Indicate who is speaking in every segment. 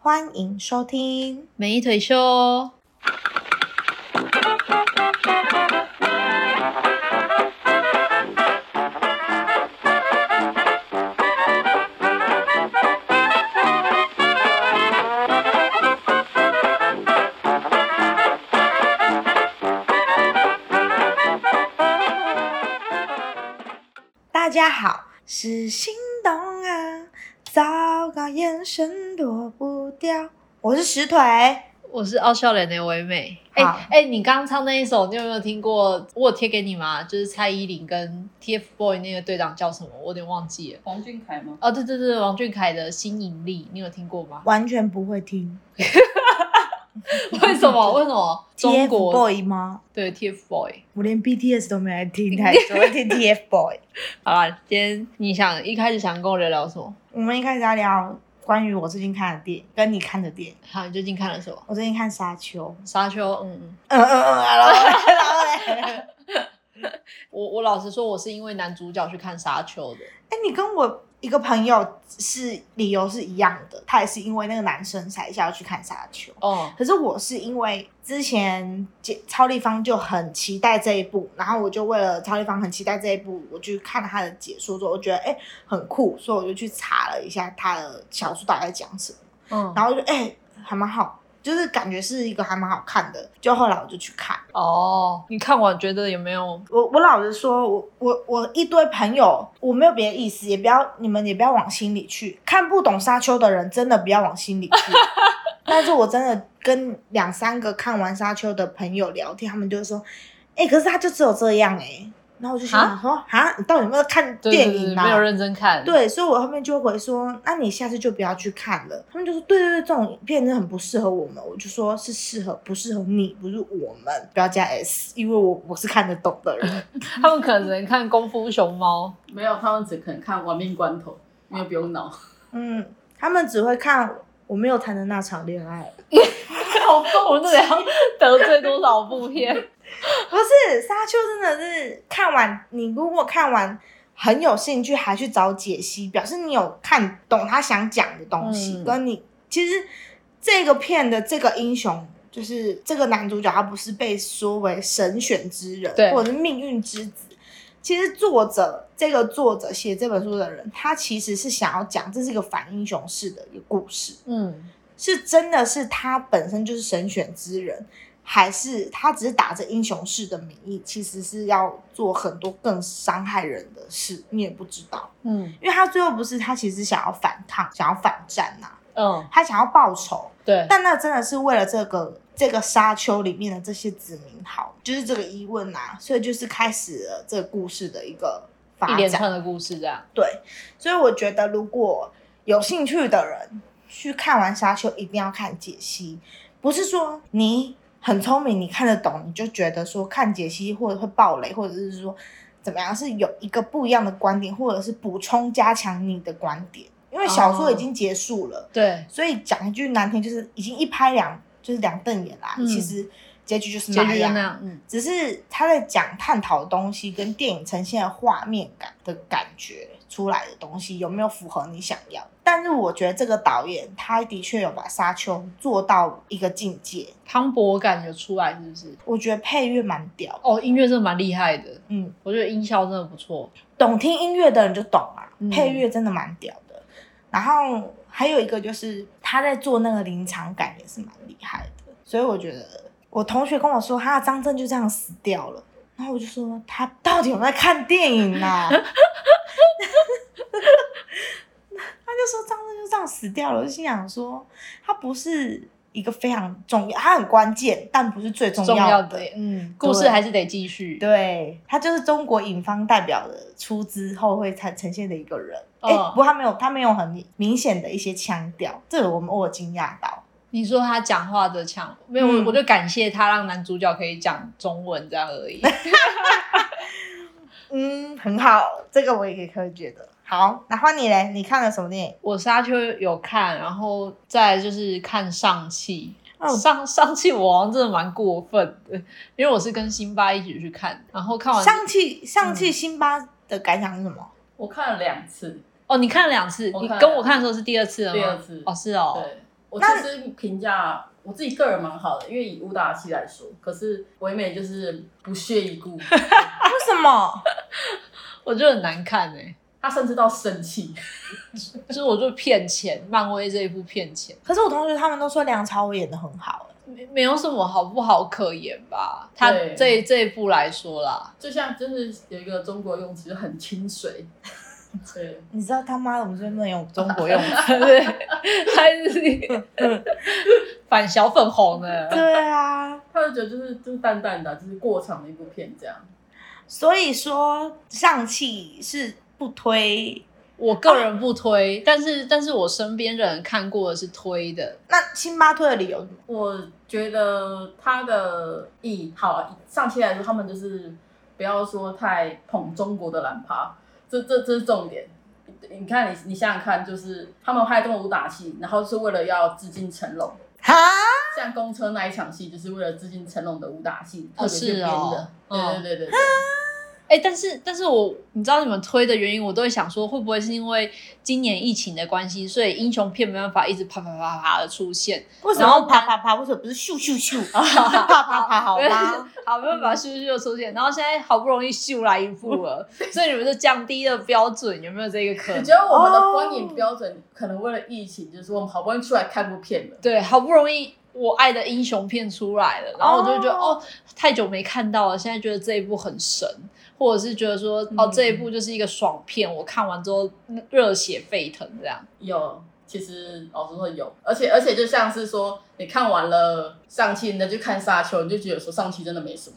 Speaker 1: 欢迎收听。
Speaker 2: 美腿秀，
Speaker 1: 大家好，是心动啊，糟糕，眼神躲不掉。我是石腿，
Speaker 2: 我是奥笑脸的唯美。哎、
Speaker 1: 好？
Speaker 2: 哎、你刚刚唱那一首，你有没有听过？我有贴给你吗？就是蔡依林跟 TFBOY 那个队长叫什么？我有点忘记了。
Speaker 3: 黄俊凯吗？
Speaker 2: 哦，对对对，王俊凯的《新引力》，你有听过吗
Speaker 1: 完全不会听。
Speaker 2: 为什么？为什么？中国
Speaker 1: boy 吗？
Speaker 2: 对 TFBOY。
Speaker 1: 我连 BTS 都没来听，还只会 听 TFBOY。
Speaker 2: 好啦，今天你想一开始想跟我聊聊什么？
Speaker 1: 我们一开始要聊关于我最近看的电影，跟你看的电影。
Speaker 2: 好，你最近看了什么？
Speaker 1: 我最近看《沙丘》
Speaker 2: 沙丘，嗯嗯，
Speaker 1: 嗯。嗯嗯嗯，然后 嘞然后嘞，
Speaker 2: 我我老实说，我是因为男主角去看沙丘的。
Speaker 1: 哎，你跟我一个朋友是理由是一样的，他也是因为那个男生才下去看《沙丘》。
Speaker 2: 哦，
Speaker 1: 可是我是因为之前姐超立方就很期待这一部，然后我就为了超立方很期待这一部，我去看了他的解说之后，我觉得哎、诶很酷，所以我就去查了一下他的小说到底在讲什么，
Speaker 2: 嗯，
Speaker 1: 然后就哎、诶还蛮好，就是感觉是一个还蛮好看的，就后来我就去看。
Speaker 2: 哦，你看完觉得有没有
Speaker 1: 我我老实说，我我我一堆朋友，我没有别的意思，也不要你们也不要往心里去。看不懂沙丘的人，真的不要往心里 去。但是我真的跟两三个看完沙丘的朋友聊天，他们就会说：“哎、可是他就只有这样哎、然后我就心想说：“啊，你到底有没有看
Speaker 2: 对
Speaker 1: 电
Speaker 2: 对对
Speaker 1: 影
Speaker 2: 对没有
Speaker 1: 啊？”
Speaker 2: 认真看。，
Speaker 1: 对，所以我后面就会回说：“那你下次就不要去看了。”他们就说：“对对对，这种影片真的很不适合我们。”我就说：“是适合，不适合你，不是我们。”不要加 s，因为我我是看得懂的人。
Speaker 2: 他们可能只能看《功夫熊猫
Speaker 3: 没有，他们只肯看《亡命关头》，因为不用 脑。
Speaker 1: 嗯，他们只会看我没有谈的那场恋 爱，》，
Speaker 2: 我们这里要得罪多少 部片？
Speaker 1: 不是沙丘真的是看完，你如果看完很有兴趣，还去找解析，表示你有看懂他想讲的东西，
Speaker 2: 嗯
Speaker 1: 跟你其实这个片的这个英雄。就是这个男主角，他不是被说为神选之人，
Speaker 2: 对
Speaker 1: 或者是命运之子。其实作者这个作者写这本书的人，他其实是想要讲，这是一个反英雄式的一个故事。
Speaker 2: 嗯，
Speaker 1: 是真的是他本身就是神选之人，还是他只是打着英雄式的名义，其实是要做很多更伤害人的事，你也不知道。
Speaker 2: 嗯
Speaker 1: 因为他最后不是他其实想要反抗，想要反战呐、
Speaker 2: 嗯，
Speaker 1: 他想要报仇，
Speaker 2: 对，
Speaker 1: 但那真的是为了这个这个沙丘里面的这些子民好，就是这个疑问呐、所以就是开始了这个故事的一个
Speaker 2: 一
Speaker 1: 发
Speaker 2: 连
Speaker 1: 展。
Speaker 2: 串的故事这样。
Speaker 1: 对，所以我觉得如果有兴趣的人去看完《沙丘》，一定要看解析，不是说你很聪明，你看得懂，你就觉得说看解析或者会爆雷，或者是说怎么样，是有一个不一样的观点，或者是补充加强你的观点，因为小说已
Speaker 2: 哦
Speaker 1: 经结束了，
Speaker 2: 对，
Speaker 1: 所以讲一句难听，就是已经一拍两就是两瞪眼啦，
Speaker 2: 嗯
Speaker 1: 其实结局就是
Speaker 2: 结
Speaker 1: 那
Speaker 2: 局就
Speaker 1: 样
Speaker 2: 那。样。嗯，
Speaker 1: 只是他在讲探讨的东西跟电影呈现的画面感的感觉出来的东西有没有符合你想要。但是我觉得这个导演他的确有把《沙丘》做到一个境界，
Speaker 2: 磅礴感有出来是不是？
Speaker 1: 我觉得配乐蛮屌的。
Speaker 2: 哦，音乐真的蛮厉害的，
Speaker 1: 嗯，
Speaker 2: 我觉得音效真的不错。
Speaker 1: 懂听音乐的人就懂啊，
Speaker 2: 嗯
Speaker 1: 配乐真的蛮屌的。然后还有一个就是他在做那个临场感也是蛮厉害的，所以我觉得我同学跟我说他的张震就这样死掉了，然后我就说他到底有没有在看电影啊？他就说张震就这样死掉了，我就心想说他不是一个非常重要，他很关键，但不是最重
Speaker 2: 重
Speaker 1: 要
Speaker 2: 要
Speaker 1: 的
Speaker 2: 的，。嗯，故事还是得继续。
Speaker 1: 对，他就是中国影方代表的出资后会才呈现的一个人。哎、
Speaker 2: 嗯
Speaker 1: 不过他没有，他没有很明显的一些腔调，这个我们偶尔惊讶到。
Speaker 2: 你说他讲话的腔，没有，
Speaker 1: 嗯
Speaker 2: 我就感谢他让男主角可以讲中文这样而已。
Speaker 1: 嗯，很好，这个我也可以觉得。好，那换你嘞，你看了什么电影？
Speaker 2: 我沙丘有看，然后再来就是看上汽。
Speaker 1: 哦
Speaker 2: 上上汽我好像真的蛮过分的，因为我是跟辛巴一起去看，然后看完
Speaker 1: 上汽上汽辛巴的感想是什么？
Speaker 3: 我看了两次，
Speaker 2: 哦，你看了两次，
Speaker 3: 我
Speaker 2: 你
Speaker 3: 看了
Speaker 2: 跟我看的时候是第二次了吗？
Speaker 3: 第二次
Speaker 2: 哦，是哦，
Speaker 3: 对，我其
Speaker 1: 那
Speaker 3: 实评价我自己个人蛮好的，因为以武打戏来说，可是唯美就是不屑一 顾，
Speaker 1: 啊为什么？
Speaker 2: 我觉得很难看哎、
Speaker 3: 她甚至到生气。
Speaker 2: 就是我就骗钱，漫威这一部骗钱，
Speaker 1: 可是我同学他们都说梁朝伟演的很好、欸
Speaker 2: 没没有什么好不好可言吧？他
Speaker 3: 对
Speaker 2: 这这一部来说啦，
Speaker 3: 就像就是有一个中国用词，就很清 水。对，
Speaker 1: 你知道他妈的，我们这边有中国用词。
Speaker 2: 对，还是反小粉红的，
Speaker 1: 对啊，
Speaker 3: 他就觉得就是就是淡淡的啊、就是过场的一部片这样。
Speaker 1: 所以说上汽是不推。
Speaker 2: 我个人不推，但是但是我身边人看过的是推的，
Speaker 1: 那辛巴推的理由是什么？
Speaker 3: 我觉得他的以好上期来说，他们就是不要说太捧中国的懒趴，这这这是重点。你看你你想想看，就是他们拍中国武打戏，然后是为了要致敬成龙，
Speaker 1: 哈，
Speaker 3: 像公车那一场戏，就是为了致敬成龙的武打戏特
Speaker 2: 哦
Speaker 3: 别去编
Speaker 2: 是哦
Speaker 3: 的。
Speaker 2: 嗯
Speaker 3: 对对对对
Speaker 2: 哎、但是但是我你知道你们推的原因，我都会想说，会不会是因为今年疫情的关系，所以英雄片没办法一直啪啪啪啪的出现，
Speaker 1: 为什么要啪啪啪？为什么不是咻咻咻？ 啪啪啪，好吧。
Speaker 2: 好，没办法，咻咻就出现，然后现在好不容易秀来一部 了，所以你们就降低了标准，有没有这个可
Speaker 3: 对，我
Speaker 2: 能？
Speaker 3: 觉得我们的观影标准可能为了疫情，就是我们好不容易出来看部片了，
Speaker 2: 对，好不容易我爱的英雄片出来了，然后我就觉得
Speaker 1: 哦
Speaker 2: 哦太久没看到了，现在觉得这一部很神，或者是觉得说、哦，
Speaker 3: 嗯
Speaker 2: 这一部就是一个爽片，我看完之后嗯热血沸腾这样。
Speaker 3: 有，其实老实说有，而且而且就像是说，你看完了上期，你再去看沙丘，你就觉得说上期真的没什么。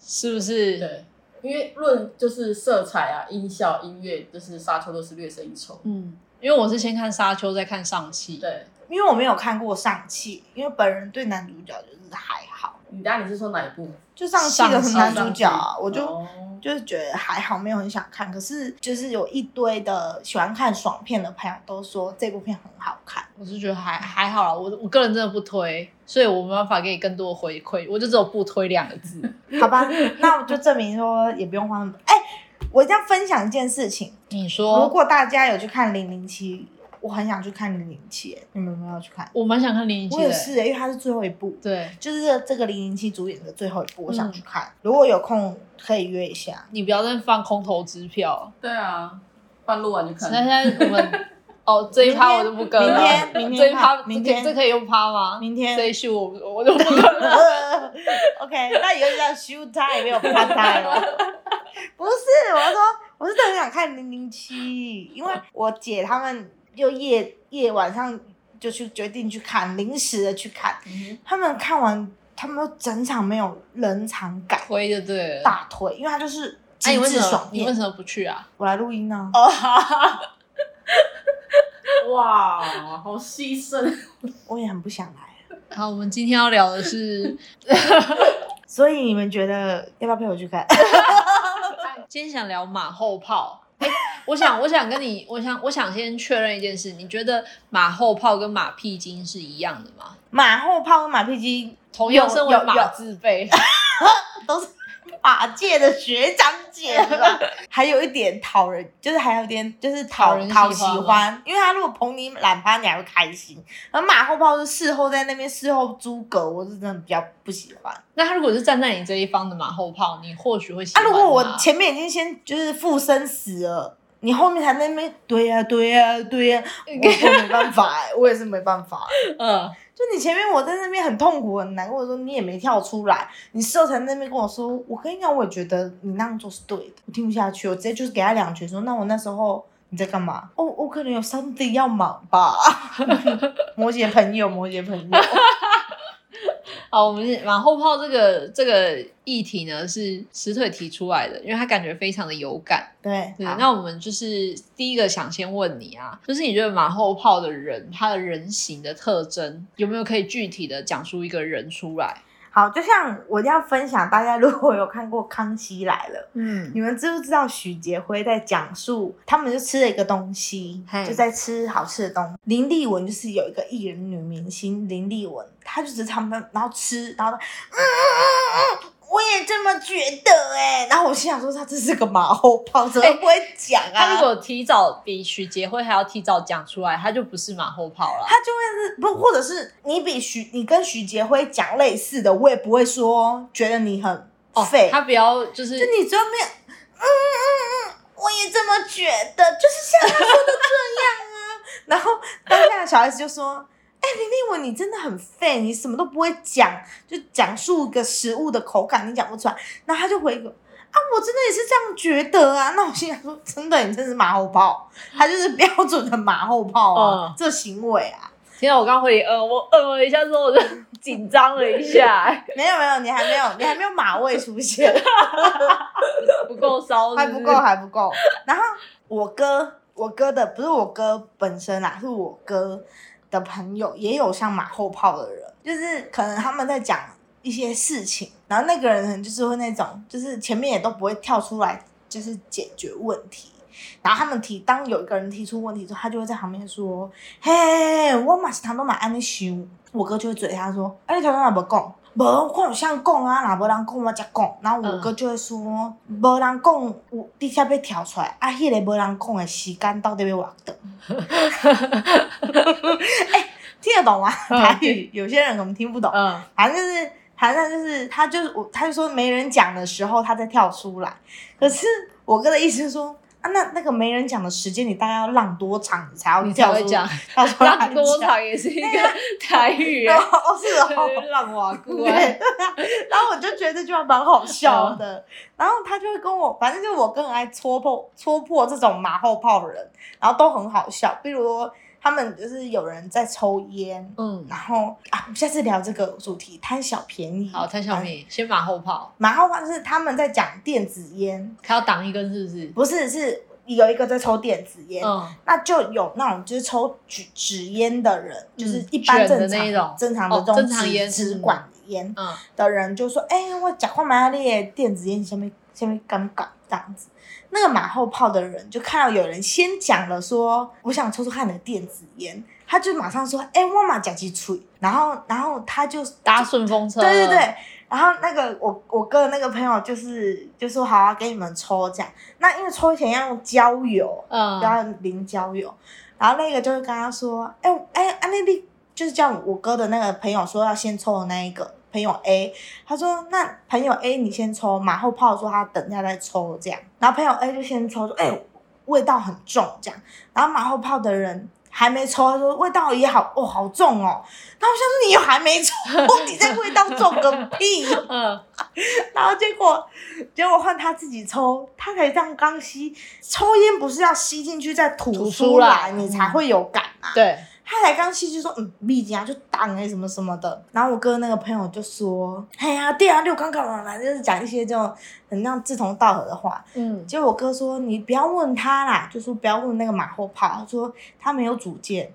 Speaker 2: 是不是？
Speaker 3: 对，因为论就是色彩啊、音效、音乐，就是沙丘都是略胜一筹。
Speaker 2: 嗯，因为我是先看《沙丘》，再看《上汽》。
Speaker 3: 对，
Speaker 1: 因为我没有看过上汽，因为本人对男主角就是还好，
Speaker 3: 你等下你是说哪一部？
Speaker 1: 就上汽的
Speaker 2: 上
Speaker 1: 男主
Speaker 3: 上期
Speaker 1: 角啊，我就
Speaker 3: 哦
Speaker 1: 就是觉得还好，没有很想看。可是就是有一堆的喜欢看爽片的朋友都说这部片很好 看。
Speaker 2: 我是觉得还还好啦，我我个人真的不推，所以我没办法给你更多的回馈，我就只有不推两个字。
Speaker 1: 好吧，那我就证明说也不用花那么。哎、我一定要分享一件事情，
Speaker 2: 你
Speaker 1: 如
Speaker 2: 说，
Speaker 1: 果大家有去看《零零七》，我很想去看《零零七》，你们有没有去看？
Speaker 2: 我蛮想看林允
Speaker 1: 我
Speaker 2: 琪
Speaker 1: 也
Speaker 2: 的，
Speaker 1: 是、欸，因为它是最后一部，
Speaker 2: 对
Speaker 1: 就是这这个零零七主演的最后一部，我想去看。如果有空可以约一下。
Speaker 2: 你不要再放空头支票。
Speaker 3: 对啊，半路完就
Speaker 2: 那现
Speaker 3: 看。嗯
Speaker 2: 在 我们哦这一趴我就不跟了，
Speaker 1: 明天明天
Speaker 2: 这一趴
Speaker 1: 明天
Speaker 2: 这可以这可以用趴吗？
Speaker 1: 明天
Speaker 2: 这一秀我我就不跟了。
Speaker 1: OK，那以后叫 shoot time 没有 part time 了。不是，我是说我是真的很想看零零七，因为我姐他们又夜夜晚上就去决定去看，临时的去看，
Speaker 3: 嗯
Speaker 1: 他们看完他们都整场没有冷场感，
Speaker 2: 推就对了。
Speaker 1: 大腿，因为它就是极
Speaker 2: 哎，你为
Speaker 1: 致
Speaker 2: 什
Speaker 1: 爽
Speaker 2: 么你为
Speaker 1: 片。
Speaker 2: 什么不去啊？
Speaker 1: 我来录音呢、
Speaker 2: 哦，哈哈哈
Speaker 3: 哼哇，好牺 牲。
Speaker 1: 我也很不想来。
Speaker 2: 好，我们今天要聊的是，
Speaker 1: 所以你们觉得要不要陪我去看？
Speaker 2: 今天想聊马后炮。哎，我想，我想跟你，我想，我想先确认一件事，你觉得马后炮跟马屁精是一样的吗？
Speaker 1: 马后炮跟马屁精
Speaker 2: 同样
Speaker 1: 有
Speaker 2: 身
Speaker 1: 有
Speaker 2: 为马
Speaker 1: 有
Speaker 2: 字辈，
Speaker 1: 都是马界的学长 姐啦，还有一点讨人，就是还有一点就是
Speaker 2: 讨
Speaker 1: 讨
Speaker 2: 人喜欢
Speaker 1: 讨
Speaker 2: 吗
Speaker 1: 喜欢，因为他如果捧你懒趴，你还会开心。而马后炮是事后在那边事后诸葛，我是真的比较不喜欢。
Speaker 2: 那他如果是站在你这一方的马后炮，你或许会喜
Speaker 1: 啊，
Speaker 2: 欢
Speaker 1: 如
Speaker 2: 他。
Speaker 1: 果我前面已经先就是附身死了，你后面才在那边对呀、对呀、对 呀、我我没办法、欸，我也是没办法、
Speaker 2: 嗯，
Speaker 1: 就你前面我在那边很痛苦很难过的时候，你也没跳出来，你事后才在那边跟我说，我跟你讲，我也觉得你那样做是对的，我听不下去，我直接就是给他两拳说，那我那时候你在干嘛？ 哦，我可能有 something 要忙吧。摩羯朋友，摩羯朋友，
Speaker 2: 好，我们马后炮这个这个议题呢是石腿提出来的，因为他感觉非常的有感。
Speaker 1: 对，
Speaker 2: 对，
Speaker 1: 好
Speaker 2: 那我们就是第一个想先问你啊，就是你觉得马后炮的人他的人形的特征有没有可以具体的讲出一个人出来？
Speaker 1: 好，就像我要分享，大家如果有看过《康熙来了》。
Speaker 2: 嗯
Speaker 1: 你们知不知道许杰辉在讲述他们就吃了一个东西
Speaker 2: 嘿，
Speaker 1: 就在吃好吃的东西。林丽文就是有一个艺人女明星林丽文，她就只是他们然后吃，然后她嗯嗯嗯嗯，我我也这么觉得哎、然后我心想说，他这是个马后炮，怎么
Speaker 2: 哎
Speaker 1: 不会讲啊？
Speaker 2: 他如果提早比许杰辉还要提早讲出来，他就不是马后炮了。
Speaker 1: 他就会是不，或者是你比徐，你跟徐杰辉讲类似的，我也不会说觉得你很
Speaker 2: 哦
Speaker 1: 废。
Speaker 2: 他不要就 是
Speaker 1: 就你专门，嗯嗯嗯，我也这么觉得，就是像他说的这样啊。然后当下的小孩子就说：“哎、林立文，你真的很废，你什么都不会讲，就讲述一个食物的口感，你讲不出来。”然后他就回一个。啊，我真的也是这样觉得啊。那我心想说，真的，你真是马后炮，他就是标准的马后炮啊，
Speaker 2: 嗯
Speaker 1: 这行为啊。
Speaker 2: 天啊，我刚回你呃，我呃了一下之后，我就 紧张了一下，
Speaker 1: 没有没有，你还没有，你还没有马位出现，
Speaker 2: 不够骚
Speaker 1: 还
Speaker 2: 是
Speaker 1: 不
Speaker 2: 是
Speaker 1: 够，还不够。 然后我哥，我哥的不是我哥本身啦，是我哥的朋友，也有像马后炮的人，就是可能他们在讲一些事情，然后那个人可能就是会那种，就是前面也都不会跳出来，就是解决问题。然后他们提，当有一个人提出问题之后，他就会在旁边说：“嘿，我嘛是糖都买安尼想。”我哥就会嘴他说：“哎、你头先哪无讲？无，我看有像讲啊，哪无人讲我才讲。”然后我哥就会说：“无、人讲，有你才要跳出来啊！迄、个无人讲的时间到底要偌长？” 欸听得懂吗？
Speaker 2: 嗯
Speaker 1: 台语有些人可能听不懂。
Speaker 2: 嗯，
Speaker 1: 反正就是，反正就是，他就是我，他就说没人讲的时候，他再跳出来。可是我哥的意思是说，啊，那那个没人讲的时间，你大概要浪多长，你才要
Speaker 2: 你才
Speaker 1: 跳
Speaker 2: 会
Speaker 1: 出
Speaker 2: 讲，
Speaker 1: 跳出来
Speaker 2: 浪多
Speaker 1: 讲？啊
Speaker 2: 场也是一个 台语耶，
Speaker 1: 哦，是哦。
Speaker 2: 浪瓦姑
Speaker 1: 对，
Speaker 2: 哎，
Speaker 1: 然后我就觉得这句话蛮好笑的，然后他就会跟我，反正就我更爱戳破戳破这种马后炮的人，然后都很好笑。比如他们就是有人在抽烟，
Speaker 2: 嗯，
Speaker 1: 然后啊，我们下次聊这个主题，贪小便宜。
Speaker 2: 好，贪小
Speaker 1: 哎
Speaker 2: 便宜，先马后炮，
Speaker 1: 马后炮是他们在讲电子烟，
Speaker 2: 他要挡一根是不是？
Speaker 1: 不是是有一个在抽电子烟，
Speaker 2: 嗯，
Speaker 1: 那就有那种就是抽纸纸烟的人，就是一
Speaker 2: 嗯卷
Speaker 1: 般
Speaker 2: 的
Speaker 1: 正
Speaker 2: 那一种
Speaker 1: 常正常的
Speaker 2: 哦
Speaker 1: 这种
Speaker 2: 正常
Speaker 1: 纸
Speaker 2: 烟
Speaker 1: 纸
Speaker 2: 嗯
Speaker 1: 管烟
Speaker 2: 嗯
Speaker 1: 的人就说：“哎、我讲话蛮你的电子烟下面下面尴尬这样子。”那个马后炮的人就看到有人先讲了说：“我想抽抽看你的电子烟。”他就马上说：“哎、我马讲几吹。”然后然后他就
Speaker 2: 搭顺风车，
Speaker 1: 对对对，，然后那个我我哥的那个朋友就是就说好啊，给你们抽这样。那因为抽前要用焦油，
Speaker 2: 嗯，
Speaker 1: 要淋焦油，然后那个就会跟他说，哎、哎，安丽丽就是叫我哥的那个朋友说要先抽的那一个朋友 A，他说那朋友 A 你先抽，马后炮说他等一下再抽这样，然后朋友 A 就先抽说，哎、味道很重这样，然后马后炮的人。还没抽，他说味道也好，哦，好重哦。然后我想说你又还没抽，你这味道重个屁！
Speaker 2: 嗯，
Speaker 1: 然后结果，结果换他自己抽，他才这样刚吸。抽烟不是要吸进去再吐
Speaker 2: 吐出
Speaker 1: 出
Speaker 2: 来嗯
Speaker 1: 来，你才会有感嘛、
Speaker 2: 对，
Speaker 1: 他才刚吸就说，嗯，秘籍啊，就挡哎、什么什么的。然后我哥那个朋友就说，哎呀，对啊，六刚干嘛嘛，就是讲一些这种很像志同道合的话。
Speaker 2: 嗯，
Speaker 1: 结果我哥说，你不要问他啦，就说不要问那个马后炮，他说他没有主见，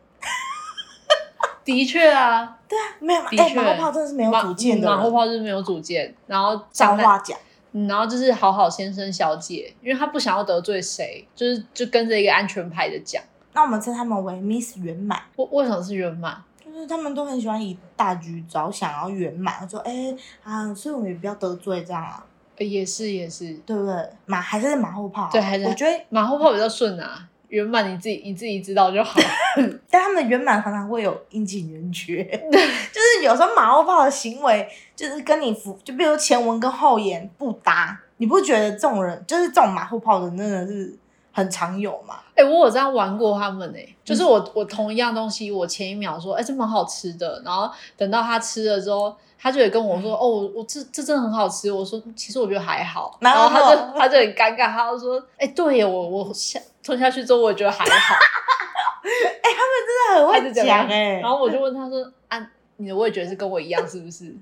Speaker 2: 的确啊，
Speaker 1: 没有嘛，
Speaker 2: 的
Speaker 1: 哎、
Speaker 2: 确
Speaker 1: 马后炮真的是没有
Speaker 2: 马
Speaker 1: 主见的
Speaker 2: 马后
Speaker 1: 人，
Speaker 2: 炮就是没有主见，然后
Speaker 1: 脏
Speaker 2: 长在
Speaker 1: 话讲。
Speaker 2: 嗯，然后就是好好先生小姐，因为她不想要得罪谁，就是就跟着一个安全牌的讲。
Speaker 1: 那我们称他们为 Miss 圆满。
Speaker 2: 为为什么是圆满？
Speaker 1: 就是他们都很喜欢以大局着想，然后圆满，然后说哎、啊，所以我们也不要得罪这样啊，
Speaker 2: 呃也是也是，
Speaker 1: 对不对？马还是马后炮啊、
Speaker 2: 对还是
Speaker 1: 我觉得，
Speaker 2: 马后炮比较顺啊，圆满你自己你自己知道就好。
Speaker 1: 但他们的圆满常常会有阴晴圆 缺，就是有时候马后炮的行为，就是跟你服，就比如前文跟后言不搭，你不觉得这种人，就是这种马后炮的人真的是很常有吗？
Speaker 2: 哎、我有这样玩过他们哎、
Speaker 1: 嗯
Speaker 2: 就是我我同一样东西，我前一秒说哎、这蛮好吃的，然后等到他吃了之后，他就也跟我说哦我我这这真的很好吃，我说其实我觉得还好，然
Speaker 1: 然后
Speaker 2: 后他就他就很尴尬，他就说哎、对耶，我我下吞下去之后我也觉得还好。
Speaker 1: 哎、他们真的很会讲哎、
Speaker 2: 然后我就问他说：“啊，你的味觉是跟我一样是不是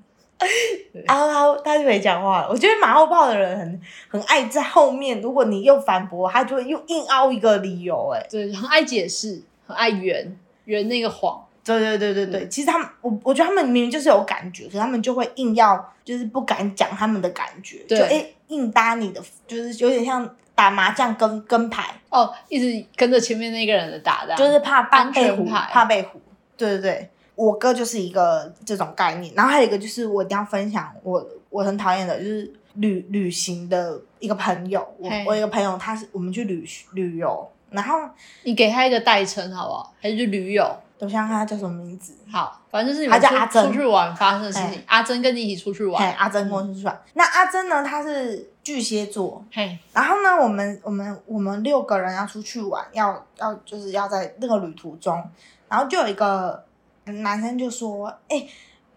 Speaker 1: 然后他他就没讲话了。我觉得马后炮的人很很爱在后面，如果你又反驳，他就会又硬凹一个理由、哎，？”
Speaker 2: 对，很爱解释，很爱圆圆那个谎。
Speaker 1: 对对对对对，其实他们，我我觉得他们明明就是有感觉，可是他们就会硬要，就是不敢讲他们的感觉，
Speaker 2: 对
Speaker 1: 就哎、硬搭你的，就是有点像打麻将跟跟牌，
Speaker 2: 哦，一直跟着前面那个人的打的，
Speaker 1: 就是怕怕
Speaker 2: 安
Speaker 1: 被
Speaker 2: 全
Speaker 1: 唬，
Speaker 2: 牌
Speaker 1: 怕被唬。对对对，我哥就是一个这种概念，然后还有一个就是我一定要分享我我很讨厌的就是旅旅行的一个朋友，我
Speaker 2: 嘿
Speaker 1: 我有一个朋友他是我们去旅旅游，然后
Speaker 2: 你给他一个代称好不好？还是就驴友？
Speaker 1: 我想想看他叫什么名字，
Speaker 2: 好，反正就是你们
Speaker 1: 他叫
Speaker 2: 出
Speaker 1: 阿珍
Speaker 2: 出去玩发生的事情。阿珍跟你一起出去
Speaker 1: 嘿，
Speaker 2: 玩，
Speaker 1: 阿珍跟我出去玩，那阿珍呢，她是巨蟹座，
Speaker 2: 嘿，
Speaker 1: 然后呢，我们我们我们六个人要出去玩，要要就是要在那个旅途中，然后就有一个男生就说：“哎、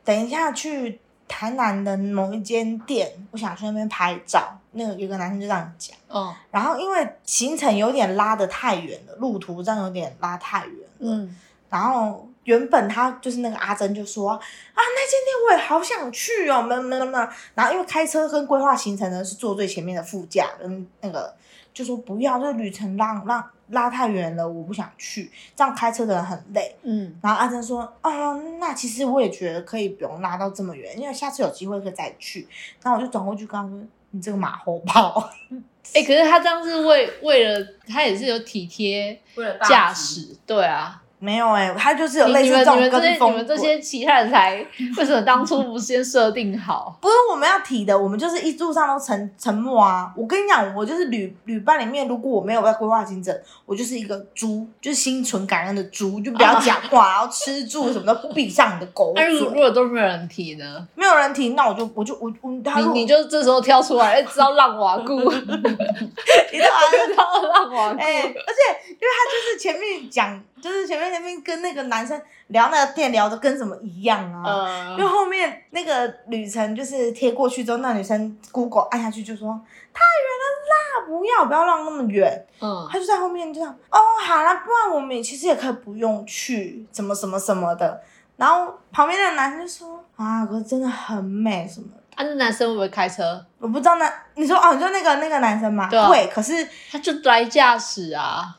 Speaker 1: 等一下去台南的某一间店，我想去那边拍照。”那个有个男生就这样讲，
Speaker 2: 嗯
Speaker 1: 然后因为行程有点拉得太远了，路途这样有点拉太远了，
Speaker 2: 嗯，
Speaker 1: 然后原本他就是那个阿珍就说啊，那间店我也好想去哦，没有没有没有。然后因为开车跟规划行程呢是坐最前面的副驾跟那个，就说不要，这旅程让让拉太远了，我不想去，这样开车的人很累。
Speaker 2: 嗯，
Speaker 1: 然后阿珍说啊，那其实我也觉得可以不用拉到这么远，因为下次有机会可以再去。然后我就转过去跟他说，你这个马后炮，
Speaker 2: 哎、可是他这样是为为了他也是有体贴
Speaker 3: 为了大
Speaker 2: 驾
Speaker 3: 局，
Speaker 2: 驶，对啊，
Speaker 1: 没有哎、他就是有
Speaker 2: 你
Speaker 1: 类
Speaker 2: 你
Speaker 1: 似
Speaker 2: 们
Speaker 1: 这种
Speaker 2: 你们这
Speaker 1: 跟
Speaker 2: 些
Speaker 1: 风
Speaker 2: 你们这些其他人才 为什么当初不先设定好？
Speaker 1: 不是我们要提的，我们就是一路上都沉沉默啊！我跟你讲，我就是旅旅伴里面，如果我没有在规划行程，我就是一个猪，就是心存感恩的猪，就不要讲话，然后吃住什么都闭上你的狗
Speaker 2: 那、 如哎果如
Speaker 1: 嘴，
Speaker 2: 果都没有人提呢？
Speaker 1: 没有人提，那我就我就我我他
Speaker 2: 你
Speaker 1: 如果
Speaker 2: 你就这时候挑出来，哎知道浪娃 故，
Speaker 1: 你知道吗
Speaker 2: 知道浪娃故，
Speaker 1: 哎哎、而且因为他就是前面讲，就是前面前面跟那个男生聊那个店聊的跟什么一样啊，
Speaker 2: 呃
Speaker 1: 就后面那个旅程就是贴过去之后，那女生 Google 按下去就说太远了啦，不要不要让那么远。
Speaker 2: 嗯，
Speaker 1: 她就在后面这样，哦，好啦，不然我们也其实也可以不用去，怎么什么什么的。然后旁边的男生就说啊，可是真的很美什么的。
Speaker 2: 啊，那男生会不会开车？
Speaker 1: 我不知道那你说哦，你说那个那个男生嘛，
Speaker 2: 对啊
Speaker 1: 会，可是
Speaker 2: 他就来驾驶啊，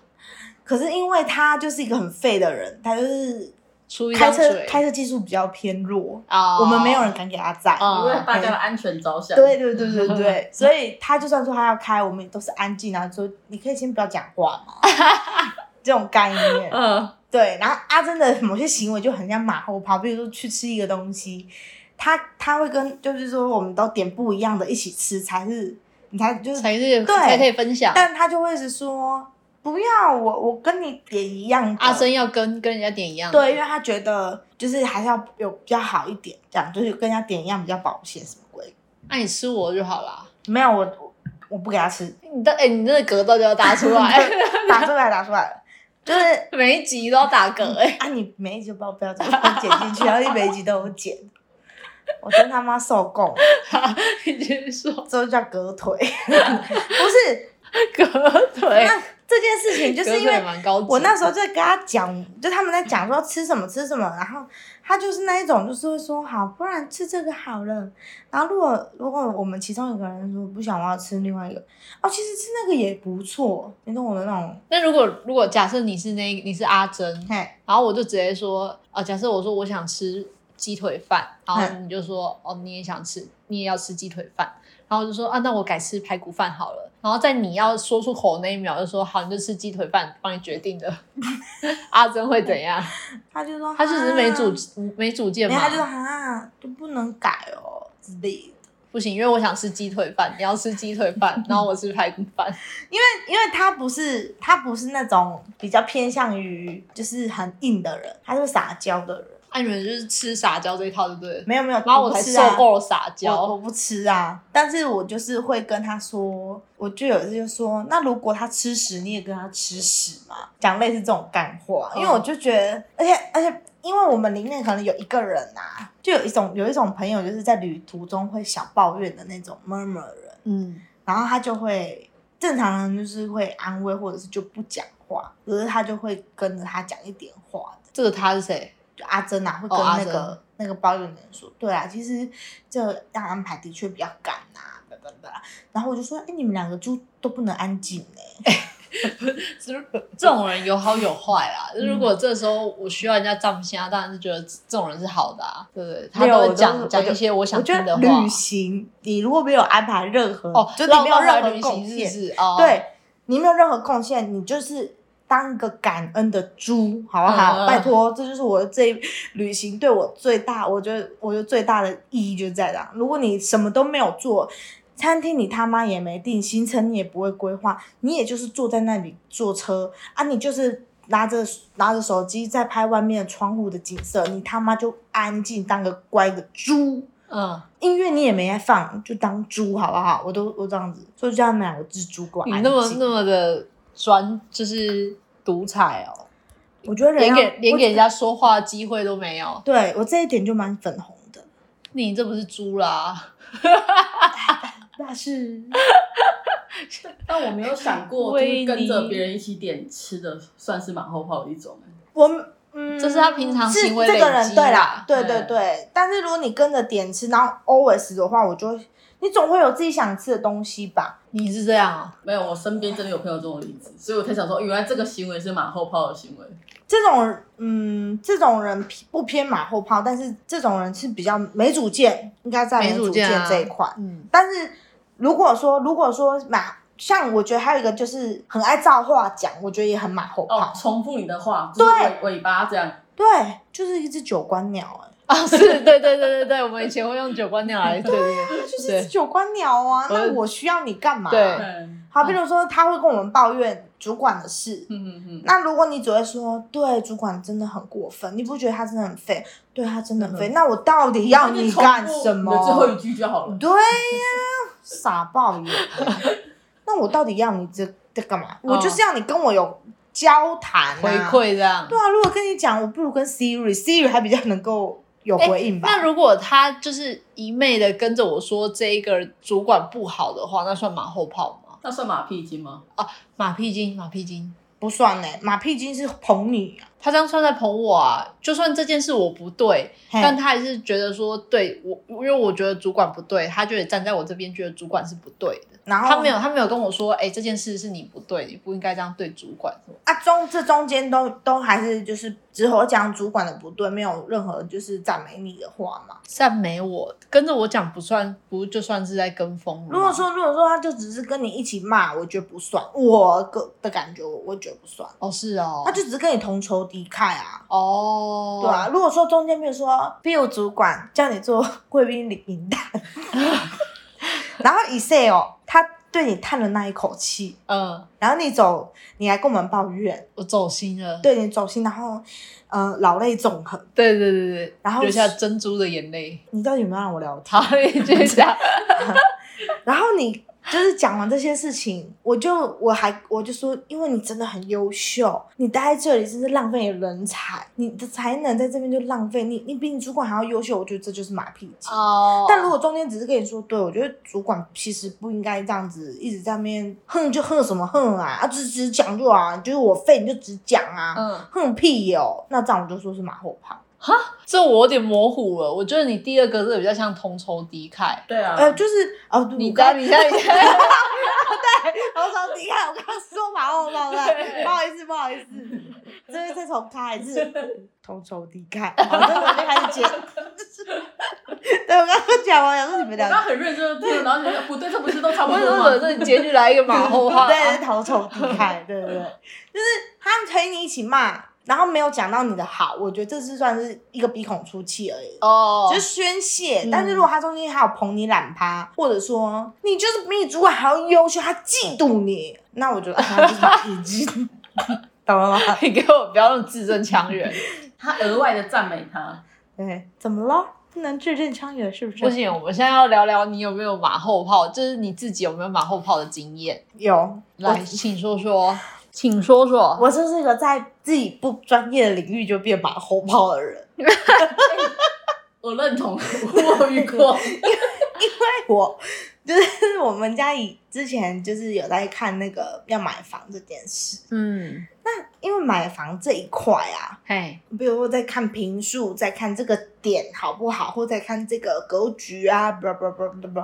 Speaker 1: 可是因为他就是一个很废的人，他就是
Speaker 2: 出一
Speaker 1: 开
Speaker 2: 张
Speaker 1: 车
Speaker 2: 嘴
Speaker 1: 开车技术比较偏弱，
Speaker 2: 啊，
Speaker 1: 我们没有人敢给他载。
Speaker 2: 哦
Speaker 3: 为了大家的安全着想，
Speaker 1: 对对对对对，所以他就算说他要开，我们也都是安静啊，说你可以先不要讲话 嘛，这种概念。
Speaker 2: 嗯，
Speaker 1: 对，然后阿珍的某些行为就很像马后炮，比如说去吃一个东西，他他会跟就是说我们都点不一样的，一起吃才是你才就是，
Speaker 2: 才是
Speaker 1: 对
Speaker 2: 才可以分享。
Speaker 1: 但他就会是说不要我我跟你点一样的。
Speaker 2: 阿珍要跟跟人家点一样，
Speaker 1: 对，因，为他觉得就是还是要有比较好一点，这样就是跟人家点一样比较保险什么鬼？
Speaker 2: 那啊你吃我就好啦。
Speaker 1: 没有我我我不给他吃。
Speaker 2: 你的哎、你这个格斗就要打出 来，
Speaker 1: 打出来，打出来了，就是
Speaker 2: 每一集都要打嗝哎、
Speaker 1: 啊，你每一集不要不要怎么剪进去，然后你每一集都有剪，我真他妈受够了，
Speaker 2: 你直 说
Speaker 1: 这就叫隔腿， 不是
Speaker 2: 隔腿，
Speaker 1: 那这件事情，就是因
Speaker 2: 隔腿
Speaker 1: 为
Speaker 2: 蛮高级。
Speaker 1: 我那时候就跟他讲，就他们在讲说吃什么吃什么，然后他就是那一种，就是会说好，不然吃这个好了。然后如果如果我们其中有个人说不想，我要吃另外一个，哦，其实吃那个也不错，你懂我的那种，
Speaker 2: 那如果如果假设你是那你是阿珍，
Speaker 1: 嘿，
Speaker 2: 然后我就直接说啊、呃假设我说我想吃鸡腿饭，然后
Speaker 1: 嗯
Speaker 2: 你就说哦你也想吃，你也要吃鸡腿饭，然后我就说啊那我改吃排骨饭好了。然后在你要说出口那一秒就说好你就吃鸡腿饭，帮你决定的。 阿珍会怎样？
Speaker 1: 他就说
Speaker 2: 她就只是没
Speaker 1: 啊
Speaker 2: 主没主见
Speaker 1: 没
Speaker 2: 嘛
Speaker 1: 有，，他就说啊，就不能改哦之类的。
Speaker 2: 不行，因为我想吃鸡腿饭，你要吃鸡腿饭，然后我吃排骨饭。
Speaker 1: 因为因为他不是他不是那种比较偏向于就是很硬的人，他是撒娇的人。
Speaker 2: 啊，你们就是吃撒娇这一套，对不对？
Speaker 1: 没有没有，
Speaker 2: 然后我
Speaker 1: 不
Speaker 2: 才
Speaker 1: 吃
Speaker 2: 受
Speaker 1: 啊
Speaker 2: 够了撒
Speaker 1: 我我
Speaker 2: 娇。
Speaker 1: 不吃啊，但是我就是会跟他说，我就有一次就说，那如果他吃屎，你也跟他吃屎嘛，讲类似这种干话，因为
Speaker 2: 嗯
Speaker 1: 我就觉得，而且而且，因为我们里面可能有一个人啊，就有一种有一种朋友就是在旅途中会小抱怨的那种 murmur 人，
Speaker 2: 嗯，
Speaker 1: 然后他就会正常人就是会安慰或者是就不讲话，可是他就会跟着他讲一点话的。
Speaker 2: 这个他是谁？
Speaker 1: 就阿珍啊，会跟
Speaker 2: 哦阿
Speaker 1: 那
Speaker 2: 珍
Speaker 1: 个、那个抱怨的人说，对啊，其实这样安排的确比较赶啊，叭叭叭。然后我就说，哎，你们两个就都不能安静呢、
Speaker 2: 就是这种人有好有坏啦。
Speaker 1: 嗯
Speaker 2: 如果这时候我需要人家丈心啊，当然是觉得这种人是好的啊，对不对？他
Speaker 1: 没有
Speaker 2: 都
Speaker 1: 我就
Speaker 2: 会讲
Speaker 1: 是
Speaker 2: 讲
Speaker 1: 我就
Speaker 2: 一些我
Speaker 1: 我
Speaker 2: 想
Speaker 1: 觉
Speaker 2: 听的
Speaker 1: 得
Speaker 2: 话。
Speaker 1: 旅行，你如果没有安排任何，
Speaker 2: 哦，
Speaker 1: 就你没有
Speaker 2: 浪
Speaker 1: 任
Speaker 2: 漫
Speaker 1: 何
Speaker 2: 旅
Speaker 1: 贡
Speaker 2: 行
Speaker 1: 献，
Speaker 2: 是不是？哦，
Speaker 1: 对你没有任何贡献，你就是。当一个感恩的猪，好不好？
Speaker 3: 嗯
Speaker 1: 拜托，这就是我这一旅行对我最大，我觉得我觉得最大的意义就是在这。如果你什么都没有做，餐厅你他妈也没定，行程你也不会规划，你也就是坐在那里坐车啊，你就是。拿着拿着手机在拍外面窗户的景色，你他妈就安静当个乖的猪。
Speaker 2: 嗯，
Speaker 1: 音乐你也没在放，就当猪好不好？我都我这样子，所以就要买我只猪过
Speaker 2: 你
Speaker 1: 来。
Speaker 2: 那么那么的专，就是独裁哦，
Speaker 1: 我觉得人
Speaker 2: 连
Speaker 1: 要
Speaker 2: 给连给人
Speaker 1: 我
Speaker 2: 家说话的机会都没有，
Speaker 1: 对我这一点就蛮粉红的。
Speaker 2: 你这不是猪啦？
Speaker 1: 那是
Speaker 3: 但我没有想 过，就
Speaker 2: 维
Speaker 3: 是
Speaker 2: 尼
Speaker 3: 跟着别人一起点吃的，算是蛮后炮的一种。欸
Speaker 1: 我嗯，
Speaker 2: 这是他平常
Speaker 1: 是
Speaker 2: 行为
Speaker 1: 这个
Speaker 2: 累
Speaker 1: 人
Speaker 2: 积
Speaker 1: 对啦
Speaker 2: 啦，
Speaker 1: 对对
Speaker 3: 嗯
Speaker 1: 对。但是如果你跟着点吃，然后 always 的话，我就会你总会有自己想吃的东西吧？
Speaker 2: 你是这样哦，
Speaker 3: 没有，我身边真的有朋友这种例子，所以我才想说，哦原来这个行为是蛮后炮的行为。
Speaker 1: 这种嗯，这种人不偏马后炮，但是这种人是比较没主见，应该在
Speaker 2: 没
Speaker 1: 主
Speaker 2: 主见啊
Speaker 1: 这一块。
Speaker 2: 嗯，
Speaker 1: 但是如果说如果说马，像我觉得还有一个就是很爱造话讲，我觉得也很马后炮。
Speaker 3: 哦，重复你的话，就是
Speaker 1: 对
Speaker 3: 尾尾巴这样。
Speaker 1: 对，就是一只九官鸟、欸，
Speaker 2: 啊，是对对对对对，我们以前会用九官鸟来对对
Speaker 1: 哎，
Speaker 2: 对
Speaker 1: 就是一只
Speaker 2: 对
Speaker 1: 九官鸟啊。
Speaker 2: 我
Speaker 1: 那我需要你干嘛？
Speaker 2: 对
Speaker 3: 嗯
Speaker 1: 好，比如说他会跟我们抱怨主管的事。
Speaker 3: 嗯嗯嗯，
Speaker 1: 那如果你只会说对主管真的很过分，你不觉得他真的很废？对他真的很废，
Speaker 3: 嗯
Speaker 1: 那我到底要你干什么？
Speaker 3: 就重复你的最后一句就好了。
Speaker 1: 对呀、傻爆眼。那我到底要你这在干嘛？我就是要你跟我有交谈、啊、
Speaker 2: 嗯回。馈这样
Speaker 1: 对。啊，如果跟你讲，我不如跟 Siri，Siri 还比较能够有回应吧。
Speaker 2: 那如果他就是一昧的跟着我说这一个主管不好的话，那算马后炮吗？
Speaker 3: 那算马屁精吗？
Speaker 2: 马屁精，马屁精，
Speaker 1: 不算呢、马屁精是捧你啊。
Speaker 2: 他这样算在捧我啊！就算这件事我不对，
Speaker 1: 嘿
Speaker 2: 但他还是觉得说对我，因为我觉得主管不对，他就得站在我这边，觉得主管是不对的。
Speaker 1: 然后
Speaker 2: 他没有，他没有跟我说，哎、这件事是你不对，你不应该这样对主管什么。
Speaker 1: 啊，中这中间都都还是就是只和讲主管的不对，没有任何就是赞美你的话嘛。
Speaker 2: 赞美我，跟着我讲不算，不就算是在跟风了吗
Speaker 1: 如果说如果说他就只是跟你一起骂，我觉得不算，我个的感觉我我觉得不算，
Speaker 2: 哦是哦，
Speaker 1: 他就只是跟你同仇敌忾啊。
Speaker 2: 哦，
Speaker 1: 对啊，如果说中间，比如说，比如主管叫你做 贵宾领饮 蛋， 然后以 s 哦，他对你叹了那一口气，
Speaker 2: 嗯，
Speaker 1: 然后你走，你来跟我们抱怨，
Speaker 2: 我走心了，
Speaker 1: 对你走心，然后，呃，老泪纵横，
Speaker 2: 对对对对，
Speaker 1: 然后
Speaker 2: 留下珍珠的眼泪。
Speaker 1: 你到底有没有让我聊天？
Speaker 2: 好，你继续讲。
Speaker 1: 然后你就是讲完这些事情，我就我还我就说，因为你真的很优秀，你待在这里真是浪费人才，你的才能在这边就浪费，你你比你主管还要优秀，我觉得这就是马屁精。
Speaker 2: 哦
Speaker 1: 但如果中间只是跟你说，对我觉得主管其实不应该这样子一直在那边哼就哼什么哼啊，啊只只讲就啊，就是我废你就只讲啊，
Speaker 2: 嗯，
Speaker 1: 哼屁哟、那这样我就说是马后炮。
Speaker 2: 这我有点模糊了。我觉得你第二个这个比较像同仇敌忾。
Speaker 3: 对啊，
Speaker 1: 呃，就是哦，对
Speaker 2: 嗯你
Speaker 1: 我刚
Speaker 2: 刚，你看，你 看，
Speaker 1: 我说你 看，我刚刚说马后炮 了，不好意思，不好意思，这是再重开一次， 同仇敌忾。好，这我就开始讲， 对我刚刚讲完，然后你们
Speaker 3: 我
Speaker 1: 两
Speaker 3: 刚
Speaker 1: 个
Speaker 3: 很认真的听，然后觉得不对，这不是都差不
Speaker 2: 为 什
Speaker 3: 多
Speaker 2: 么
Speaker 3: 吗？
Speaker 2: 这结局来一个马后炮？啊
Speaker 1: 对，同仇敌 忾，对对对，就是他们陪你一起骂，然后没有讲到你的好，我觉得这是算是一个鼻孔出气而已。
Speaker 2: 哦
Speaker 1: 就是，宣泄，
Speaker 2: 嗯
Speaker 1: 但是如果他中间还有捧你懒趴，或者说你就是比你主管还要优秀，他嫉妒你，那我觉得啊他就是已 经懂了吗？
Speaker 2: 你给我不要那么字正腔圆，
Speaker 3: 他额外的赞美他，
Speaker 2: 嗯
Speaker 1: 对，怎么了？不能字正腔圆是不
Speaker 2: 不
Speaker 1: 是？
Speaker 2: 行，我们现在要聊聊你有没有马后炮，就是你自己有没有马后炮的经验？
Speaker 1: 有，
Speaker 2: 来，请说说，请说说。
Speaker 1: 我就是一个在自己不专业的领域就变马后炮的人，
Speaker 3: 我认同， 我有遇 过。
Speaker 1: 我就是我们家以之前就是有在看那个要买房这件事，
Speaker 2: 嗯，
Speaker 1: 因为买房这一块啊，
Speaker 2: 嘿，
Speaker 1: 比如说在看评述，在看这个点好不好，或在看这个格局啊，不不不不不，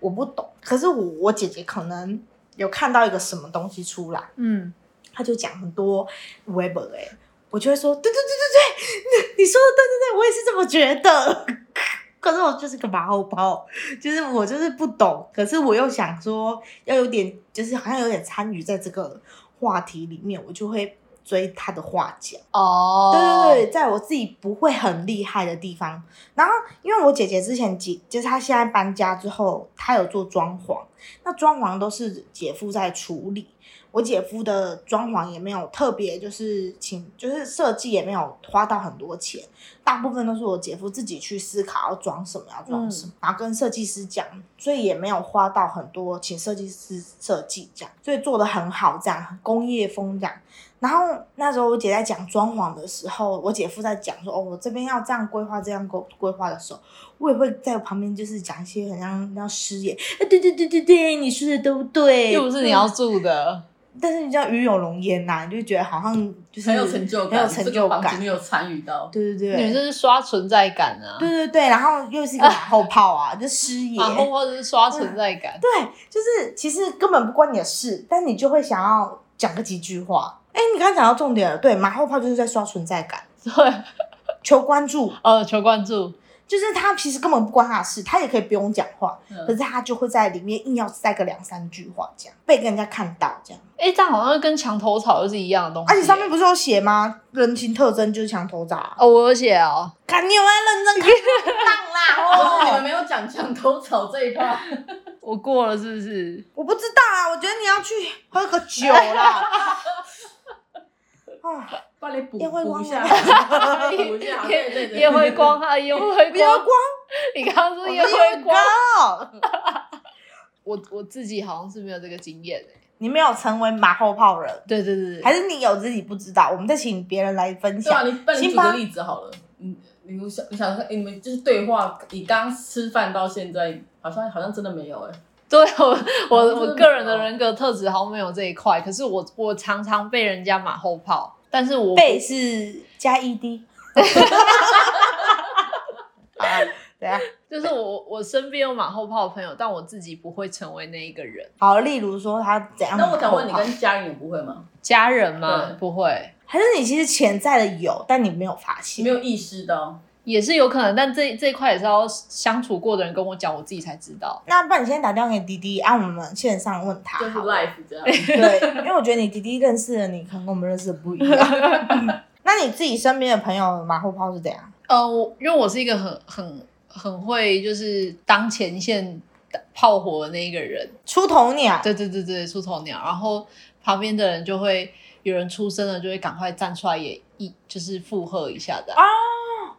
Speaker 1: 我不懂。可是我我姐姐可能有看到一个什么东西出来，
Speaker 2: 嗯，
Speaker 1: 她就讲很多 Weber 哎、我就会说对对对对对，你 你说的对对对，我也是这么觉得。 可是我就是个马后炮，就是我就是不懂，可是我又想说要有点，就是好像有点参与在这个话题里面，我就会追他的画脚。
Speaker 2: 哦，
Speaker 1: 对对对，在我自己不会很厉害的地方，然后因为我姐姐之前几，就是她现在搬家之后，她有做装潢，那装潢都是姐夫在处理，我姐夫的装潢也没有特别，就是请，就是设计也没有花到很多钱，大部分都是我姐夫自己去思考要装什么，要装什么，然后跟设计师讲，所以也没有花到很多，请设计师设计这样，所以做的很好，这样工业风这样。然后那时候我姐在讲装潢的时候，我姐夫在讲说哦，我这边要这样规划，这样规规划的时候，我也会在旁边就是讲一些很像要师爷，哎，对对对对对，你说的都对，嗯
Speaker 2: 又不是你要住的，
Speaker 1: 但是你知道鱼有龙焉呐、你就觉得好像就是
Speaker 3: 很有成就感，
Speaker 1: 很有成
Speaker 3: 这个
Speaker 1: 就
Speaker 3: 房
Speaker 1: 感
Speaker 3: 子。你有参与到，
Speaker 1: 对对对，
Speaker 2: 女生是刷存在感啊，
Speaker 1: 对对对，然后又 是一个马后炮啊，就师爷。
Speaker 2: 然后或者是刷存在感，
Speaker 1: 对，就是其实根本不关你的事，但你就会想要讲个几句话。哎，你刚才讲到重点了，对，马后炮就是在刷存在感，
Speaker 2: 对，
Speaker 1: 求关注，
Speaker 2: 呃，求关注，
Speaker 1: 就是他其实根本不关他的事，他也可以不用讲话，可是
Speaker 3: 嗯，
Speaker 1: 他就会在里面硬要塞个两三句话，这样被人家看到这样。
Speaker 2: 哎，这样好像跟墙头草又是一样的东西耶，
Speaker 1: 而且上面不是有写吗？人情特征就是墙头渣，
Speaker 2: 哦，我有写哦，
Speaker 1: 看你有没有认真看浪啦？
Speaker 3: 哦，你
Speaker 1: 哦
Speaker 3: 们没有讲墙头草这一趴，
Speaker 2: 我过了是不 是？
Speaker 1: 我不知道啊，我觉得你要去喝个酒 啦。啊哦，
Speaker 3: 帮你补
Speaker 1: 叶惠
Speaker 3: 补
Speaker 1: 光
Speaker 3: 一下，
Speaker 1: 啊
Speaker 3: 补一下，对对对，
Speaker 2: 叶辉光，他的叶辉
Speaker 1: 不要
Speaker 2: 光
Speaker 1: 光，，
Speaker 2: 你刚刚说
Speaker 1: 我
Speaker 2: 叶
Speaker 1: 是
Speaker 2: 辉光，
Speaker 1: 光。
Speaker 2: 我我自己好像是没有这个经验诶。
Speaker 1: 你没有成为马后炮人，
Speaker 2: 对对对对，
Speaker 1: 还是你有自己不知道？我们再请别人来分
Speaker 3: 对啊，
Speaker 1: 享。
Speaker 3: 你帮你
Speaker 1: 辛
Speaker 3: 举
Speaker 1: 巴
Speaker 3: 个例子好了，嗯，你我想你想哎看，你们就是对话，你刚吃饭到现在，好像好像真的没有哎、
Speaker 2: 对我我
Speaker 3: 哦真的
Speaker 2: 我
Speaker 3: 没
Speaker 2: 个人的
Speaker 3: 有
Speaker 2: 人格特质好像没有这一块，可是我我常常被人家马后炮，但是我
Speaker 1: 背是加 E ed。好啊，等一下
Speaker 2: 就是我我身边有马后炮的朋友，但我自己不会成为那一个人。
Speaker 1: 好，例如说他怎样马
Speaker 3: 那
Speaker 1: 后
Speaker 3: 我
Speaker 1: 炮？
Speaker 3: 想问你，跟家人也不会吗？
Speaker 1: 哦
Speaker 2: 家人嘛
Speaker 3: 对，
Speaker 2: 不会，
Speaker 1: 还是你其实潜在的有，但你没有发
Speaker 3: 你
Speaker 1: 现？
Speaker 3: 没有意识到，
Speaker 2: 也是有可能，但这这一块也是要相处过的人跟我讲，我自己才知道。
Speaker 1: 那不然你先打电话给滴滴，按、我们线上问他
Speaker 3: 就是
Speaker 1: 啊好了。
Speaker 3: life 这样。
Speaker 1: 对，因为我觉得你弟弟认识的你，可能跟我们认识的不一 样。那你自己身边的朋友马后炮是怎样？
Speaker 2: 呃，我因为我是一个很很很会就是当前线炮火的那一个人，
Speaker 1: 出头鸟，
Speaker 2: 对对对对，出头鸟。然后旁边的人就会有人出声了，就会赶快站出来也一就是附和一下的。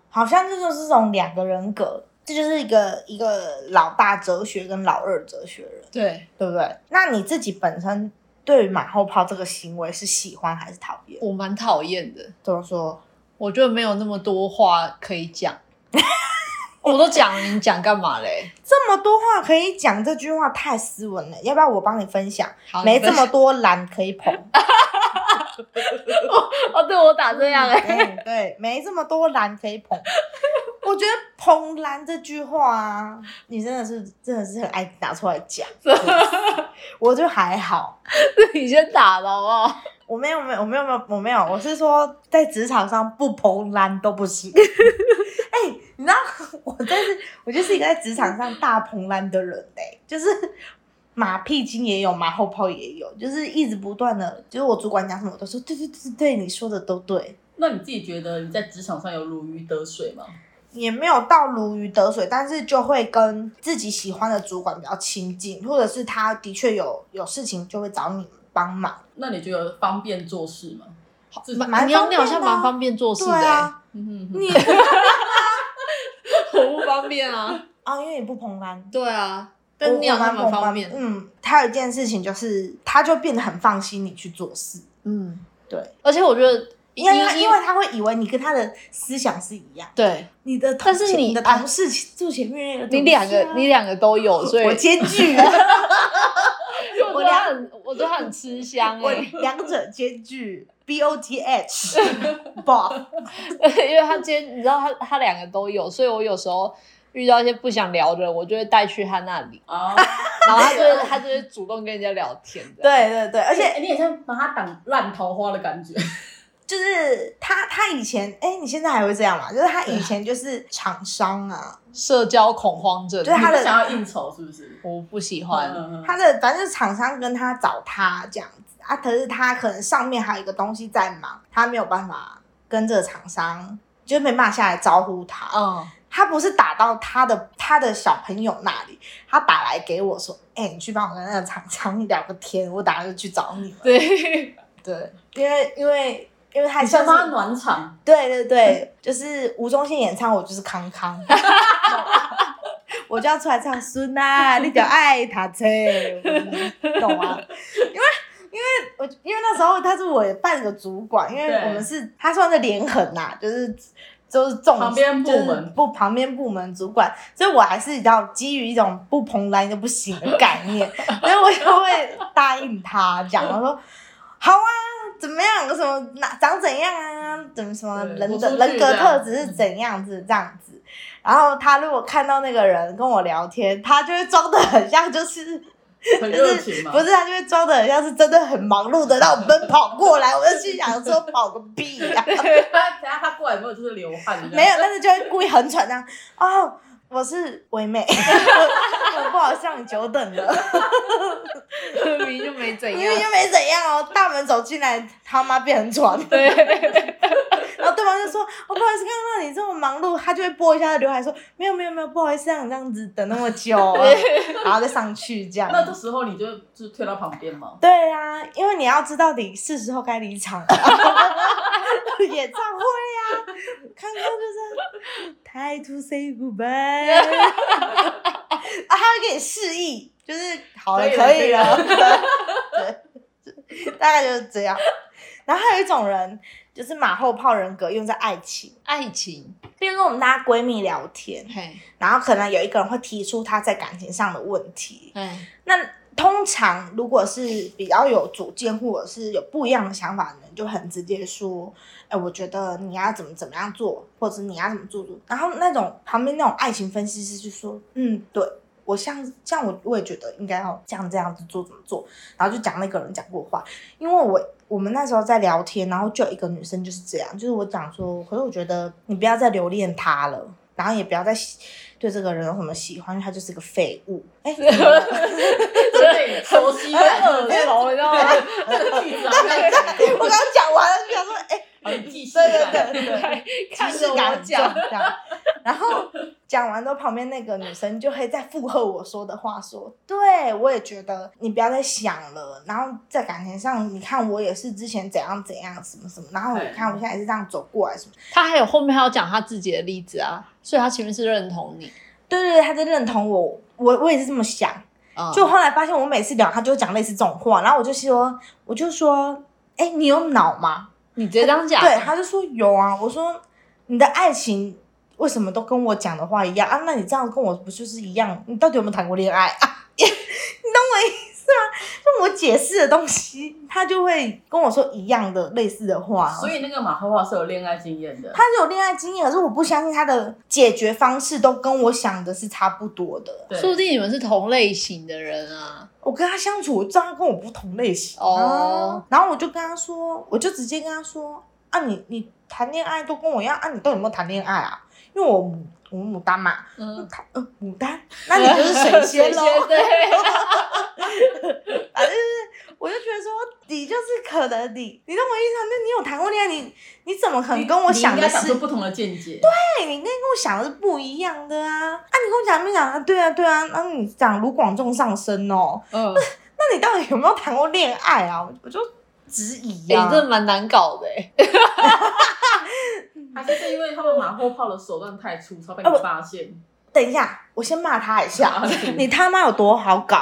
Speaker 1: 好像这就是这种两个人格，这就是一个一个老大哲学跟老二哲学人，
Speaker 2: 对
Speaker 1: 对不对？那你自己本身对于马后炮这个行为是喜欢还是讨厌？
Speaker 2: 我蛮讨厌的，
Speaker 1: 怎么说？
Speaker 2: 我觉得没有那么多话可以讲。我都讲了，你讲干嘛嘞？
Speaker 1: 这么多话可以讲，这句话太斯文了，要不要我帮你分享？
Speaker 2: 好，哦你
Speaker 1: 没
Speaker 2: 分
Speaker 1: 这么多懒可以 捧。
Speaker 2: 哦，对我打这样哎、
Speaker 1: 嗯，对，没这么多蓝可以捧。我觉得“捧蓝”这句话啊，你真的是真的是很爱拿出来 讲。我就还好，
Speaker 2: 你先打了好不好？
Speaker 1: 我没有没有我没有没有我没有，我是说在职场上不捧蓝都不 行。哎、你知道 我真是我就是一个在职场上大捧蓝的人嘞、就是。马屁精也有，马后炮也有，就是一直不断的，就是我主管讲什么，我都说对对对对对，你说的都对。
Speaker 3: 那你自己觉得你在职场上有如鱼得水吗？
Speaker 1: 也没有到如鱼得水，但是就会跟自己喜欢的主管比较亲近，或者是他的确有有事情就会找你帮忙。
Speaker 3: 那你觉得方便做事吗？自己
Speaker 1: 蛮
Speaker 2: 你好你好
Speaker 1: 方便的啊
Speaker 2: 像蛮方便做事
Speaker 1: 对
Speaker 2: 的、欸，
Speaker 1: 啊，
Speaker 3: 嗯
Speaker 1: 你
Speaker 2: 我不方便啊。
Speaker 1: 啊，因为你不捧班，
Speaker 2: 对啊，但你好像蛮
Speaker 1: 捧
Speaker 2: 方便。
Speaker 1: 嗯，他有一件事情就是，他就变得很放心你去做事。
Speaker 2: 嗯，
Speaker 1: 对，
Speaker 2: 而且我觉得，
Speaker 1: 因为他因为他会以为你跟他的思想是一样，
Speaker 2: 对
Speaker 1: 你的同
Speaker 2: 但是你
Speaker 1: 的
Speaker 2: 啊
Speaker 1: 同事做前面的同事啊、
Speaker 2: 你两个你嗯两个 都有，所以
Speaker 1: 我兼 具，
Speaker 2: 我都很我都很吃香
Speaker 1: 我
Speaker 2: 哎、
Speaker 1: 两者兼具，B O T H，b
Speaker 2: 因为他今天你知道他他两个都有，所以我有时候遇到一些不想聊的人，我就会带去他那里，
Speaker 3: 啊，
Speaker 2: 然后他就会他就会主动跟人家聊天的。
Speaker 1: 对对对，而
Speaker 3: 而
Speaker 1: 且
Speaker 3: 哎且你也像把它挡烂桃花的感觉，
Speaker 1: 就是他，他以前，哎、你现在还会这样吗？就是他以前就是厂商啊，
Speaker 2: 社交恐慌症，
Speaker 1: 对他的
Speaker 3: 你不想要应酬是不是？
Speaker 2: 我不喜欢。
Speaker 3: 嗯嗯嗯
Speaker 1: 他的反正就是厂商跟他找他这样子啊，啊，可是他可能上面还有一个东西在忙，他没有办法跟这个厂商，就没办法下来招呼他。哦
Speaker 2: 嗯，
Speaker 1: 他不是打到他的他的小朋友那里，他打来给我说：“哎、你去帮我跟那个厂商聊个天，我打算去找你们。
Speaker 2: 对，”
Speaker 1: 对，因为因为因为他
Speaker 3: 你先
Speaker 1: 像
Speaker 3: 帮他
Speaker 1: 是
Speaker 3: 暖场，
Speaker 1: 对对对，就是吴宗宪演唱，我就是康 康，我就要出来唱孙啊，你就爱他车，懂吗？因为因为我因为那时候他是我半个主管，因为
Speaker 3: 对
Speaker 1: 我们是他算是连横呐、就是。就是重
Speaker 3: 旁边部门
Speaker 1: 就是不旁边部门主管，所以我还是比较基于一种不蓬莱就不行的概念，所以我就会答应他讲，我说好啊，怎么样，什么哪长怎样啊，怎么什么
Speaker 3: 对
Speaker 1: 人
Speaker 3: 我
Speaker 1: 的
Speaker 3: 出去
Speaker 1: 人格
Speaker 3: 这样
Speaker 1: 特质是怎样子这样子。然后他如果看到那个人跟我聊天，他就会装的很像，就是
Speaker 3: 很
Speaker 1: 就
Speaker 3: 热
Speaker 1: 是
Speaker 3: 情嘛。
Speaker 1: 不是他就会装的很像是真的很忙碌的，让我奔跑过来，我就心想说跑个屁呀、
Speaker 3: 他等下他过来有没有就是流汗？
Speaker 1: 没有，但是就会故意很喘这样。哦，我是唯美， 我我不好上久等了，
Speaker 2: 明明就没怎
Speaker 1: 因为
Speaker 2: 样，
Speaker 1: 又没怎样哦。大门走进来，他妈变很喘。
Speaker 2: 对，
Speaker 1: 然后对方就说：“我、不好意思，刚刚让你这么忙碌。”他就会拨一下他的刘海说：“没有没有没有，不好意思，让你这样子等那么久、啊然后再上去这样。
Speaker 3: 那这时候你就就退到旁边嘛。
Speaker 1: 对啊，因为你要知道你是时候该离场了。 演唱会啊，康康就是 time to say goodbye，啊， 他会给你示意，就是好了，可
Speaker 3: 可
Speaker 1: 以
Speaker 3: 以
Speaker 1: 了，
Speaker 3: 了
Speaker 1: 对，对大概就是这样。然后还有一种人，就是马后炮人格用在爱情，
Speaker 2: 爱情，
Speaker 1: 比如说我们大家闺蜜聊天，
Speaker 2: 嘿，
Speaker 1: 然后可能有一个人会提出他在感情上的问题，
Speaker 2: 哎，
Speaker 1: 那通常如果是比较有主见或者是有不一样的想法的人，就很直接说，哎、我觉得你要怎么怎么样做，或者你要怎么做做。然后那种旁边那种爱情分析师就说，嗯，对我像像我我也觉得应该要这样这样子做怎么做，然后就讲那个人讲过话，因为我。我们那时候在聊天，然后就有一个女生就是这样，就是我讲说，可是我觉得你不要再留恋他了，然后也不要再喜对这个人有什么喜欢，因为他就是个废物。哎、
Speaker 3: 对，熟悉
Speaker 2: 哎
Speaker 3: 感，
Speaker 2: 耳熟，你知道吗？
Speaker 3: 这 个句子好像
Speaker 1: 我刚讲完了，就想说，哎、
Speaker 3: 很既视
Speaker 1: 对
Speaker 3: 感。
Speaker 1: 对对对，
Speaker 2: 看
Speaker 1: 即
Speaker 2: 着
Speaker 1: 视感
Speaker 2: 我
Speaker 1: 很重
Speaker 2: 讲，
Speaker 1: 这样。然后讲完之后，旁边那个女生就会再附和我说的话说，对我也觉得你不要再想了。然后在感情上，你看我也是之前怎样怎样什么什么，然后我
Speaker 3: 对
Speaker 1: 看我现在也是这样走过来什么。
Speaker 2: 他还有后面还有讲他自己的例子啊，所以他前面是认同你，
Speaker 1: 对对对，她就认同我，我我也是这么想。
Speaker 2: 嗯
Speaker 1: 就后来发现，我每次聊她就会讲类似这种话，然后我就说，我就说，哎、你有脑吗？
Speaker 2: 你直接这样讲，
Speaker 1: 对，他就说有啊。我说你的爱情为什么都跟我讲的话一样啊？那你这样跟我不就是一样？你到底有没有谈过恋爱 啊？你懂我意思吗？就我解释的东西，他就会跟我说一样的类似的话。
Speaker 3: 所以那个马后炮是有恋爱经验的，
Speaker 1: 他是有恋爱经验，可是我不相信他的解决方式都跟我想的是差不多的。
Speaker 3: 对
Speaker 2: 说不定你们是同类型的人啊，
Speaker 1: 我跟他相处，我知道他跟我不同类型啊
Speaker 2: 哦
Speaker 1: 然后我就跟他说，我就直接跟他说啊你，你谈恋爱都跟我一样啊，你到底有没有谈恋爱啊？因为我母我牡丹嘛，
Speaker 2: 嗯，
Speaker 1: 他呃牡丹，那你就是水仙喽。
Speaker 2: 对。
Speaker 1: 反正就是，我就觉得说，你就是可能你，你懂我意思吗？那你有谈过恋爱，你你怎么可能跟我
Speaker 3: 你应
Speaker 1: 想
Speaker 3: 该
Speaker 1: 的
Speaker 3: 讲
Speaker 1: 是
Speaker 3: 出不同的见解。
Speaker 1: 对，你跟跟我想的是不一样的啊！啊，你跟我讲没讲啊？对啊，对啊，那、你讲卢广仲上身哦，
Speaker 2: 嗯，
Speaker 1: 那你到底有没有谈过恋爱啊？我就质疑
Speaker 2: 哎、
Speaker 1: 啊。
Speaker 2: 你真的蛮难搞的哎、
Speaker 3: 还是是因为他们马后炮的手段太粗糙被
Speaker 1: 啊
Speaker 3: 你发现，
Speaker 1: 等一下，我先骂他一下
Speaker 3: 好，
Speaker 1: 你他妈有多好 搞？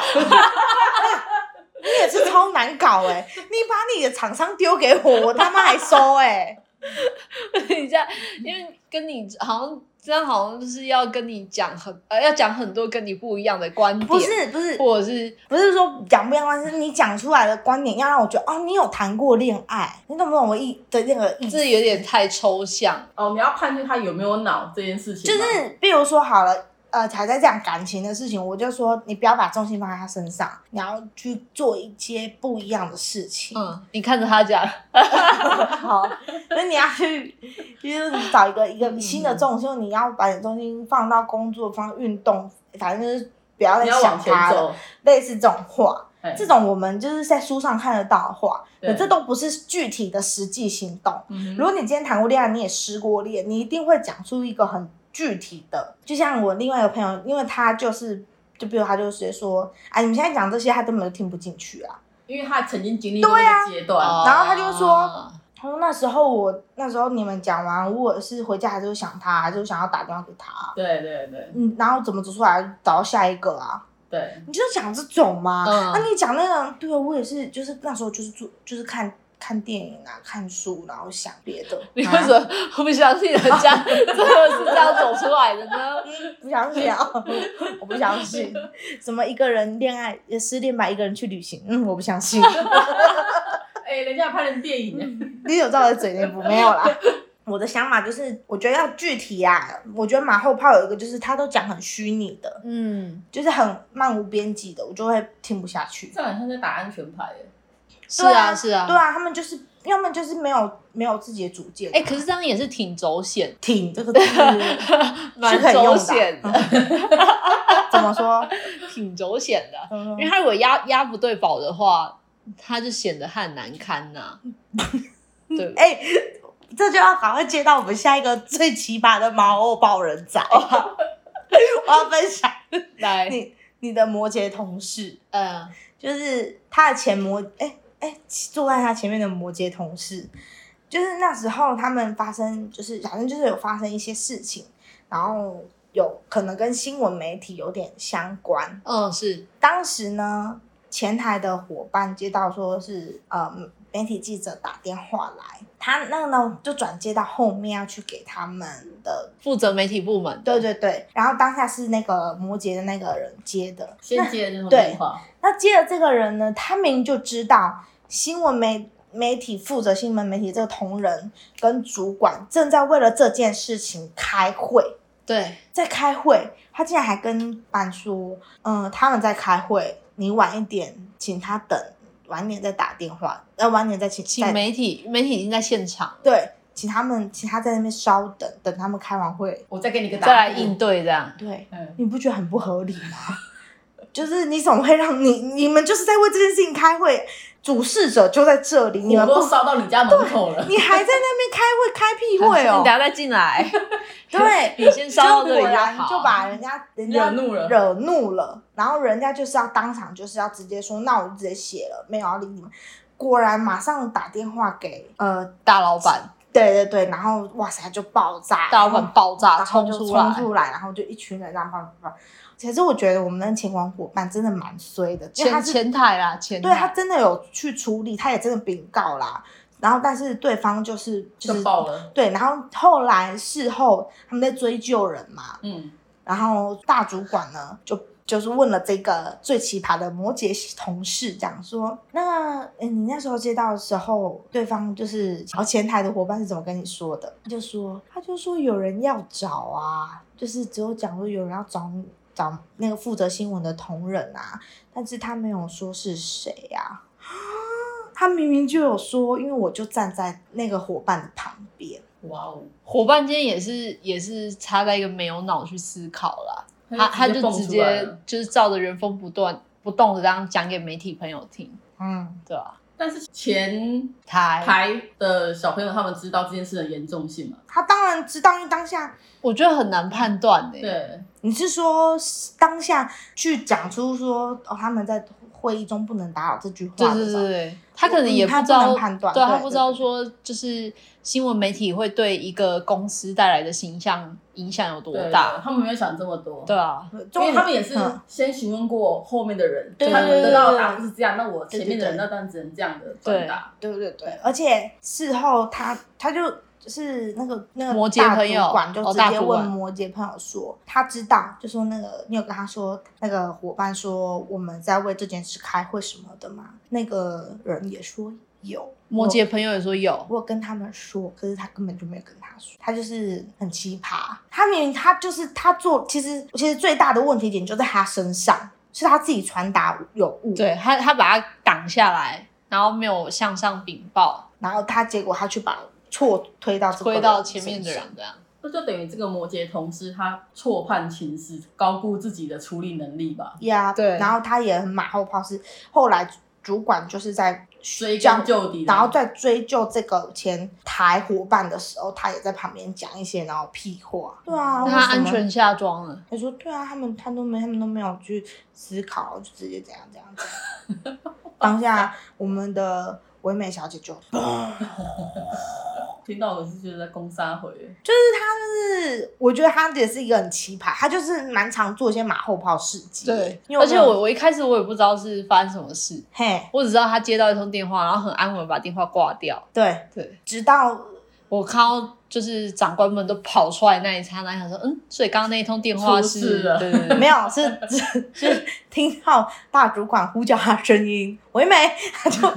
Speaker 1: 你也是超难搞哎、你把你的厂商丢给我，我他妈还收哎、
Speaker 2: 你这样，因为跟你好像这样，好像就是要跟你讲很呃，要讲很多跟你不一样的观点，
Speaker 1: 不是不是
Speaker 2: 或者是
Speaker 1: 不是说讲不一样观点，是你讲出来的观点要让我觉得哦，你有谈过恋爱，你懂不懂我意的那个意思？
Speaker 2: 这有点太抽象。
Speaker 3: 哦，你要判定他有没有脑这件事情
Speaker 1: 就
Speaker 3: 吗，
Speaker 1: 是比如说好了，呃，还在讲感情的事情，我就说你不要把重心放在他身上，你要去做一些不一样的事情。
Speaker 2: 嗯，你看着他讲，
Speaker 1: 好，那你要去，就是找一个一
Speaker 3: 嗯
Speaker 1: 个新的重心，你要把你重心放到工作、放运动，反正就是不要再
Speaker 3: 你要
Speaker 1: 想
Speaker 3: 往前
Speaker 1: 他了。
Speaker 3: 走，
Speaker 1: 类似这种话，
Speaker 3: 哎
Speaker 1: 这种我们就是在书上看得到的话，
Speaker 3: 对
Speaker 1: 可这都不是具体的实际行动。
Speaker 3: 嗯
Speaker 1: 如果你今天谈过恋爱，你也失过恋，你一定会讲出一个很具体的。就像我另外一个朋友，因为他就是，就比如他就直接说，哎，你们现在讲这些，他根本就听不进去啊。
Speaker 3: 因为他曾经经历过那个阶段，
Speaker 2: 哦
Speaker 1: 然后他就说，他说那时候我那时候你们讲完，我也是回家还是会想他，还是会想要打电话给他，
Speaker 3: 对对对
Speaker 1: 嗯，然后怎么走出来找到下一个啊？
Speaker 3: 对，
Speaker 1: 你就讲这种吗？
Speaker 2: 嗯
Speaker 1: 那、你讲那个，对啊，我也是，就是那时候就是做就是看看电影啊，看书，然后想别的。
Speaker 2: 你为
Speaker 1: 啊
Speaker 2: 什么不相信人 家真的是这样走出来的呢？
Speaker 1: 不相信啊！我不相信，什么一个人恋爱呃失恋吧，一个人去旅行，嗯，我不相 信。
Speaker 3: 哎，人家拍成电影，
Speaker 1: 你有照着嘴那部没有啦？我的想法就是，我觉得要具体啊。我觉得马后炮有一个就是，他都讲很虚拟的，
Speaker 2: 嗯，
Speaker 1: 就是很漫无边际的，我就会听不下去。
Speaker 3: 这样很像在打安全牌耶。
Speaker 2: 是
Speaker 1: 对
Speaker 2: 啊，是啊，
Speaker 1: 对。啊，他们就是，要么就是没有没有自己的主见。
Speaker 2: 哎，可是这样也是挺轴线，
Speaker 1: 挺这个字是
Speaker 2: 蛮
Speaker 1: 可以用
Speaker 2: 轴
Speaker 1: 的
Speaker 2: 线的，啊
Speaker 1: 怎么说？
Speaker 2: 挺轴线的。啊
Speaker 1: 嗯
Speaker 2: 因为他如果压压不对宝的话，他就显得他很难堪 呐、对吧，
Speaker 1: 哎、这就要赶快接到我们下一个最奇葩的马后炮人仔。 我要分享
Speaker 2: 来，
Speaker 1: 你你的摩羯同事，
Speaker 2: 嗯，
Speaker 1: 就是他的前摩，哎、哎、坐在他前面的摩羯同事，就是那时候他们发生，就是反正就是有发生一些事情，然后有可能跟新闻媒体有点相关。
Speaker 2: 嗯，是，
Speaker 1: 当时呢，前台的伙伴接到说是呃媒体记者打电话来，他那个呢就转接到后面要去给他们的，
Speaker 2: 负责媒体部门，
Speaker 1: 对，对对，然后当下是那个摩羯的那个人接的，
Speaker 3: 先接这种电话，
Speaker 1: 那接了这个人呢，他明明就知道新闻媒媒体负责新闻媒体这个同仁跟主管正在为了这件事情开会，
Speaker 2: 对，
Speaker 1: 在开会，他竟然还跟板说，嗯、他们在开会，你晚一点请他等，晚一点再打电话，呃，晚一点再请
Speaker 2: 请
Speaker 1: 再
Speaker 2: 媒体，媒体已经在现场，
Speaker 1: 对，请他们请他在那边稍等，等他们开完会，
Speaker 3: 我再给你个答
Speaker 2: 再来
Speaker 3: 案。
Speaker 2: 应对这样，
Speaker 1: 对，
Speaker 3: 嗯，
Speaker 1: 你不觉得很不合理吗？ 就是你怎么会让你你们就是在为这件事情开会，主事者就在这里，你
Speaker 3: 我
Speaker 1: 们不
Speaker 3: 都烧到你家门口了，
Speaker 1: 你还在那边开会开屁会
Speaker 2: 你
Speaker 1: 哦
Speaker 2: 等？下再进 来，
Speaker 1: 对，
Speaker 2: 你先烧到这
Speaker 1: 就
Speaker 2: 里
Speaker 1: 果然
Speaker 2: 好，
Speaker 1: 就把人家人家
Speaker 3: 惹怒了
Speaker 1: 惹怒了，然后人家就是要当场就是要直接说，那我就直接写了，没有要理你们。果然马上打电话给呃，
Speaker 2: 大老板，
Speaker 1: 对对对，然后哇塞就爆炸，
Speaker 2: 大老板爆炸
Speaker 1: 然后
Speaker 2: 冲
Speaker 1: 就
Speaker 2: 出
Speaker 1: 来，
Speaker 2: 来，
Speaker 1: 出来，然后就一群人这样爆爆爆。其实我觉得我们那前管伙伴真的蛮衰的，因为他
Speaker 2: 前
Speaker 1: 是
Speaker 2: 前台啦，前台
Speaker 1: 对他真的有去处理，他也真的禀告啦。然后，但是对方就是就
Speaker 3: 就是爆了。
Speaker 1: 对，然后后来事后他们在追究人嘛，
Speaker 3: 嗯，
Speaker 1: 然后大主管呢就就是问了这个最奇葩的摩羯同事，讲说，那诶你那时候接到的时候，对方就是然后前台的伙伴是怎么跟你说的？他就说，他就说有人要找啊，就是只有讲说有人要找你找那个负责新闻的同仁啊，但是他没有说是谁呀、啊。他明明就有说，因为我就站在那个伙伴的旁边，
Speaker 3: 哇哦，
Speaker 2: 伙伴间也是也是插在一个没有脑去思考啦，他他就
Speaker 3: 蹦
Speaker 2: 直
Speaker 3: 出来
Speaker 2: 接
Speaker 3: 了。
Speaker 2: 就是照着原封不断不动的这样讲给媒体朋友听，
Speaker 1: 嗯，
Speaker 2: 对啊吧、
Speaker 3: 但是前
Speaker 2: 台，
Speaker 3: 台的小朋友他们知道这件事的严重性嘛？
Speaker 1: 他当然知道，因为当下
Speaker 2: 我觉得很难判断呢、
Speaker 3: 对，
Speaker 1: 你是说当下去讲出说哦，他们在会议中不能打扰这句话的
Speaker 2: 对
Speaker 1: 吧？
Speaker 2: 对对对，他可能
Speaker 1: 嗯
Speaker 2: 也
Speaker 1: 他
Speaker 2: 知
Speaker 1: 不
Speaker 2: 道
Speaker 1: 能判断
Speaker 2: 对
Speaker 1: 对
Speaker 2: 他
Speaker 1: 对
Speaker 2: 不知道说就是新闻媒体会对一个公司带来的形象影响有多
Speaker 3: 对
Speaker 2: 大，
Speaker 3: 他们没有想这么多。
Speaker 2: 对啊，
Speaker 1: 对，
Speaker 3: 因
Speaker 1: 重
Speaker 3: 为
Speaker 1: 点
Speaker 3: 他们也是
Speaker 1: 嗯
Speaker 3: 先询问过后面的人，
Speaker 1: 对
Speaker 3: 他们
Speaker 2: 对对
Speaker 3: 得到
Speaker 1: 对
Speaker 3: 的答案是这样，那我前面的人
Speaker 1: 对
Speaker 3: 那当然只能这样的转达。
Speaker 1: 对对对，而且事后他他就就是那个那个
Speaker 2: 摩羯
Speaker 1: 大
Speaker 2: 朋友
Speaker 1: 主管就
Speaker 2: 哦
Speaker 1: 直
Speaker 2: 大
Speaker 1: 接
Speaker 2: 主
Speaker 1: 问
Speaker 2: 管
Speaker 1: 摩羯朋友说，他知道，就说那个你有跟他说那个伙伴说我们在为这件事开会什么的吗？那个人也说有，
Speaker 2: 摩羯朋友也说有，
Speaker 1: 我有跟他们说，可是他根本就没有跟他说，他就是很奇葩。他明明他就是他做，其实其实最大的问题点就在他身上，是他自己传达有误，
Speaker 2: 对他他把他挡下来，然后没有向上禀报，
Speaker 1: 然后他结果他去把错推到这个
Speaker 2: 推到前面的
Speaker 1: 身上
Speaker 2: 人，这样，
Speaker 3: 那就等于这个摩羯同事他错判情势，高估自己的处理能力吧，
Speaker 1: 呀、
Speaker 2: 对
Speaker 1: 然后他也很马后炮是，后来主管就是在
Speaker 3: 追
Speaker 1: 这样
Speaker 3: 根究底的。
Speaker 1: 然后在追究这个前台伙伴的时候，他也在旁边讲一些然后屁话。对啊，
Speaker 2: 那
Speaker 1: 为
Speaker 2: 他
Speaker 1: 什
Speaker 2: 安
Speaker 1: 么
Speaker 2: 全下装了，
Speaker 1: 他说对啊，他们他都没他们都没有去思考，就直接这样这样这样。当下我们的唯美小姐就，
Speaker 3: 听到我是觉得在攻杀回，
Speaker 1: 就是我觉得她也是一个很奇葩，她就是蛮常做一些马后炮事迹。你有
Speaker 2: 而且
Speaker 1: 没有
Speaker 2: 我我一开始我也不知道是发生什么事，
Speaker 1: 嘿
Speaker 2: 我只知道他接到一通电话，然后很安稳地把电话挂掉。
Speaker 1: 对，
Speaker 2: 对
Speaker 1: 直到
Speaker 2: 我看到就是长官们都跑出来那一刹那，想说嗯，所以刚刚那一通电话
Speaker 3: 出
Speaker 2: 是
Speaker 3: 事了
Speaker 2: 对对对
Speaker 1: 没有，是是是听到大主管呼叫他声音，唯美，他就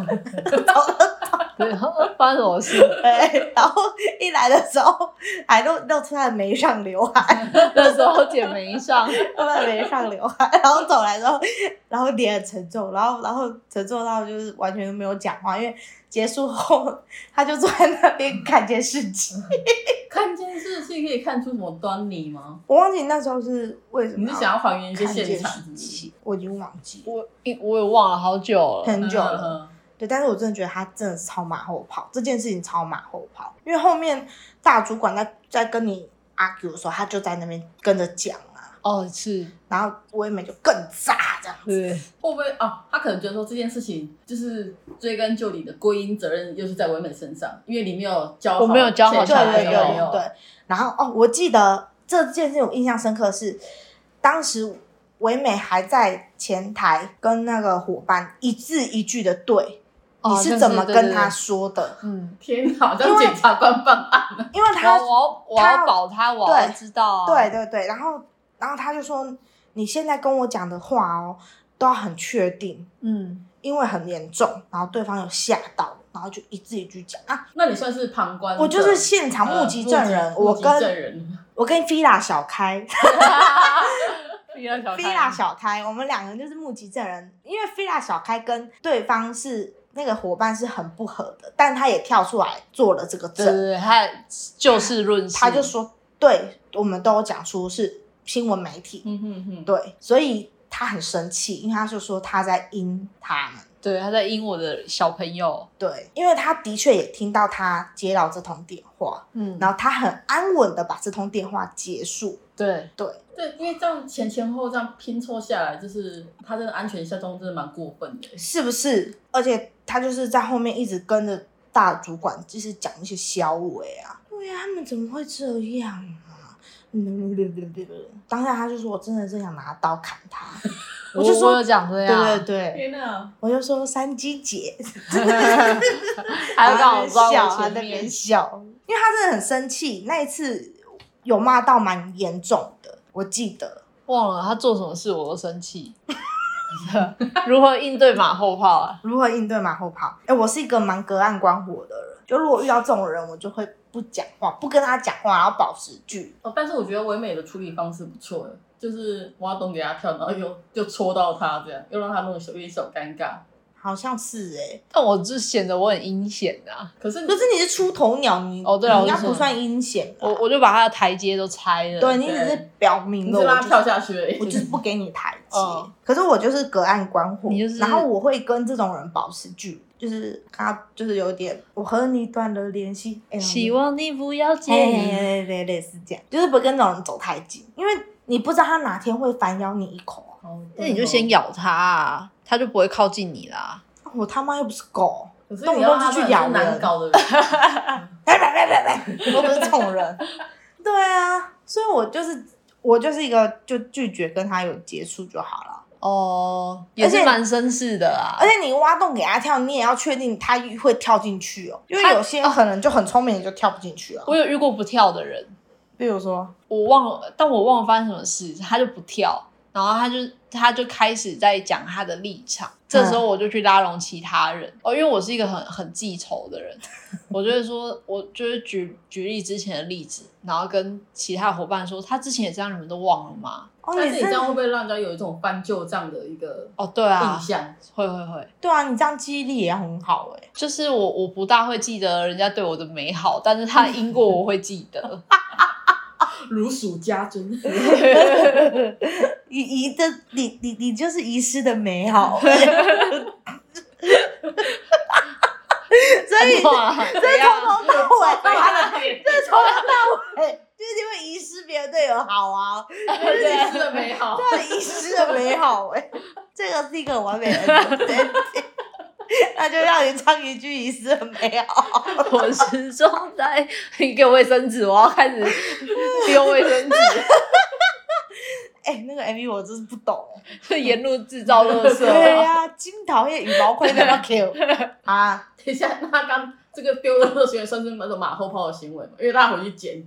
Speaker 2: 对，然后呃发生什么事？
Speaker 1: 对，然后一来的时候 还露露出他的眉上刘海，
Speaker 2: 那时候姐没上，
Speaker 1: 露出他的眉上刘海，然后走来之后，然后脸很沉重，然后然后沉重到就是完全没有讲话，因为结束后他就坐在那边看监视器，
Speaker 3: 看监视器可以看出什么端倪吗？
Speaker 1: 我忘记那时候是为什么
Speaker 3: 你是想要还原一些
Speaker 1: 看监
Speaker 3: 现场是
Speaker 1: 视
Speaker 3: 不是？
Speaker 1: 器，我已经忘记了
Speaker 2: 我我也忘了好久了。
Speaker 1: 很久了。
Speaker 3: 嗯
Speaker 1: 对，但是我真的觉得他真的是超马后炮，这件事情超马后炮，因为后面大主管在在跟你 argue 的时候，他就在那边跟着讲啊，
Speaker 2: 哦，是，
Speaker 1: 然后威美就更炸这样子，
Speaker 2: 对，
Speaker 3: 会不会啊？他可能觉得说这件事情就是追根究底的归因责任又是在唯美身上，因为你没有教好，
Speaker 2: 我没有教好
Speaker 1: 对
Speaker 2: 小
Speaker 3: 小
Speaker 2: 孩
Speaker 1: 对
Speaker 3: 朋
Speaker 1: 对
Speaker 3: 友，
Speaker 2: 没
Speaker 1: 对对。然后哦，我记得这件事我印象深刻的是，当时唯美还在前台跟那个伙伴一字一句的对。
Speaker 2: 哦
Speaker 1: 你是怎么
Speaker 2: 就是对
Speaker 1: 跟
Speaker 2: 对
Speaker 1: 他
Speaker 2: 对
Speaker 1: 说的？
Speaker 2: 嗯，
Speaker 3: 天哪，好
Speaker 1: 因
Speaker 3: 像
Speaker 1: 为
Speaker 3: 检察官办案了。
Speaker 1: 因为
Speaker 2: 然
Speaker 1: 他
Speaker 3: 啊
Speaker 2: 后我要我要保他，我要
Speaker 1: 对
Speaker 2: 知道啊。
Speaker 1: 对对对，然后然后他就说，你现在跟我讲的话哦，都要很确定，
Speaker 2: 嗯，
Speaker 1: 因为很严重，然后对方有吓到，然后就一字一句讲啊，
Speaker 3: 那你算是旁观者，
Speaker 1: 我就是现场
Speaker 3: 呃
Speaker 1: 目击证人，
Speaker 3: 目击
Speaker 1: 我
Speaker 3: 目击证
Speaker 1: 跟
Speaker 3: 人，
Speaker 1: 我跟 Fila 小开
Speaker 2: 非常小
Speaker 1: ，Fila 小开，我们两个人就是目击证人，因为 Fila 小开跟对方是那个伙伴是很不合的，但他也跳出来做了这个
Speaker 2: 对对
Speaker 1: 证，
Speaker 2: 对， 他就事论事，
Speaker 1: 他就说，对我们都有讲出是新闻媒体，
Speaker 3: 嗯哼哼，
Speaker 1: 对，所以他很生气，因为他就说他在阴他们。
Speaker 2: 对他在阴我的小朋友，
Speaker 1: 对，因为他的确也听到他接到这通电话，
Speaker 2: 嗯
Speaker 1: 然后他很安稳的把这通电话结束。
Speaker 2: 对，
Speaker 1: 对，
Speaker 3: 对，因为这样前前后后这样拼凑下来，就是他真的安全下装真的蛮过分的。
Speaker 1: 是不是？而且他就是在后面一直跟着大主管，就是讲一些消委啊。对呀、他们怎么会这样啊？ 当下他就说：“我真的是想拿刀砍他。
Speaker 2: 我
Speaker 1: 就说
Speaker 2: 我有讲这
Speaker 1: 对”啊
Speaker 2: 样，
Speaker 1: 对对，
Speaker 3: 哪，
Speaker 1: 我就说三鸡姐，
Speaker 2: 还有
Speaker 1: 在
Speaker 2: 刚好
Speaker 1: 那边
Speaker 2: 抓
Speaker 1: 笑，他
Speaker 2: 我前
Speaker 1: 在那
Speaker 2: 面
Speaker 1: 边，笑，因为他真的很生气。那一次有骂到蛮严重的，我记得。
Speaker 2: 忘了他做什么事我都生气，如何应对马后炮啊？
Speaker 1: 如何应对马后炮？哎、我是一个蛮隔岸观火的人，就如果遇到这种人，我就会不讲话，不跟他讲话，然后保持距离。
Speaker 3: 哦，但是我觉得唯美的处理方式不错，就是挖洞给他跳，然后又就戳到他这样，又让他那种小有点小尴尬。
Speaker 1: 好像是哎、
Speaker 2: 但我就显得我很阴险啊，
Speaker 3: 可是
Speaker 1: 可是你是出头鸟，你
Speaker 2: 哦对啊
Speaker 1: 你应
Speaker 2: 我
Speaker 1: 该
Speaker 2: 是
Speaker 1: 不算阴险吧
Speaker 2: 我我就把他的台阶都拆了，
Speaker 1: 对你只是表明
Speaker 3: 你
Speaker 1: 了，
Speaker 3: 是让
Speaker 1: 我
Speaker 3: 他跳
Speaker 1: 就是
Speaker 3: 下去而已
Speaker 1: 我就是不给你台阶
Speaker 2: 嗯。
Speaker 1: 可是我就是隔岸观火
Speaker 2: 你就，是
Speaker 1: 然后我会跟这种人保持距离，就是他就是有点我和你断了联系，哎
Speaker 2: 希望你不要介
Speaker 1: 对
Speaker 2: 意。
Speaker 1: 对对，类似这样，就是不跟那种人走太近，因为你不知道他哪天会反咬你一口啊！
Speaker 3: 哦
Speaker 2: 那你就先。咬他、啊，他就不会靠近你啦。
Speaker 1: 啊我他妈又不是狗，
Speaker 3: 对可
Speaker 1: 动
Speaker 3: 是
Speaker 1: 不
Speaker 3: 你要
Speaker 1: 动
Speaker 3: 他
Speaker 1: 就去
Speaker 3: 去
Speaker 1: 咬
Speaker 3: 咬
Speaker 1: 人
Speaker 3: 难搞 的人，
Speaker 1: 拜拜拜拜拜，我不是这种人。对啊，所以我就是我就是一个就拒绝跟他有接触就好了。
Speaker 2: 哦，也
Speaker 1: 而
Speaker 2: 是
Speaker 1: 且
Speaker 2: 蛮绅士的啊啦。
Speaker 1: 而且你挖洞给他跳，你也要确定他会跳进去哦，因为有些人可能就很聪明，你就跳不进去啊。
Speaker 2: 我有遇过不跳的人，
Speaker 1: 比如说，
Speaker 2: 我忘了，但我忘了发生什么事，他就不跳，然后他就他就开始在讲他的立场。这时候我就去拉拢其他 人、哦，因为我是一个很很记仇的 人，我就会说，我就是举举例之前的例子，然后跟其他伙伴说，他之前也这样，你们都忘了吗？
Speaker 1: 哦，
Speaker 3: 但
Speaker 1: 你
Speaker 3: 是你
Speaker 1: 真
Speaker 3: 这
Speaker 1: 的
Speaker 3: 样会不会让人家有一种翻旧账的一 个
Speaker 2: 哦，对啊
Speaker 3: 印，象？
Speaker 2: 会会会，
Speaker 1: 对啊，你这样记忆力也很好哎、
Speaker 2: 就是我我不大会记得人家对我的美好，但是他的因果我会记得。
Speaker 3: 如数家珍。
Speaker 1: 遗遗的，你你你就是遗失的美好。所以
Speaker 3: 啊
Speaker 2: 哇，
Speaker 1: 这从头 到尾，
Speaker 3: 他 的点，
Speaker 1: 这从头 到尾，哎就是因为遗失别的队友好啊，
Speaker 3: 这是的美好。
Speaker 1: 这遗失的美好 哎、这个是一个很完美的 ending 那就让你唱一句遗失的美好。
Speaker 2: 我始终在，你给我卫生纸，我要开始丢卫生纸，
Speaker 1: 哎、那个 MV 我真是不懂哎、
Speaker 2: 就 沿路制造垃 圾。
Speaker 1: 对呀、金桃叶羽毛盔那么 Q 啊，
Speaker 3: 等一下，那他刚这个丢的乐行为算是那种马后炮的行为吗？因为他回去捡，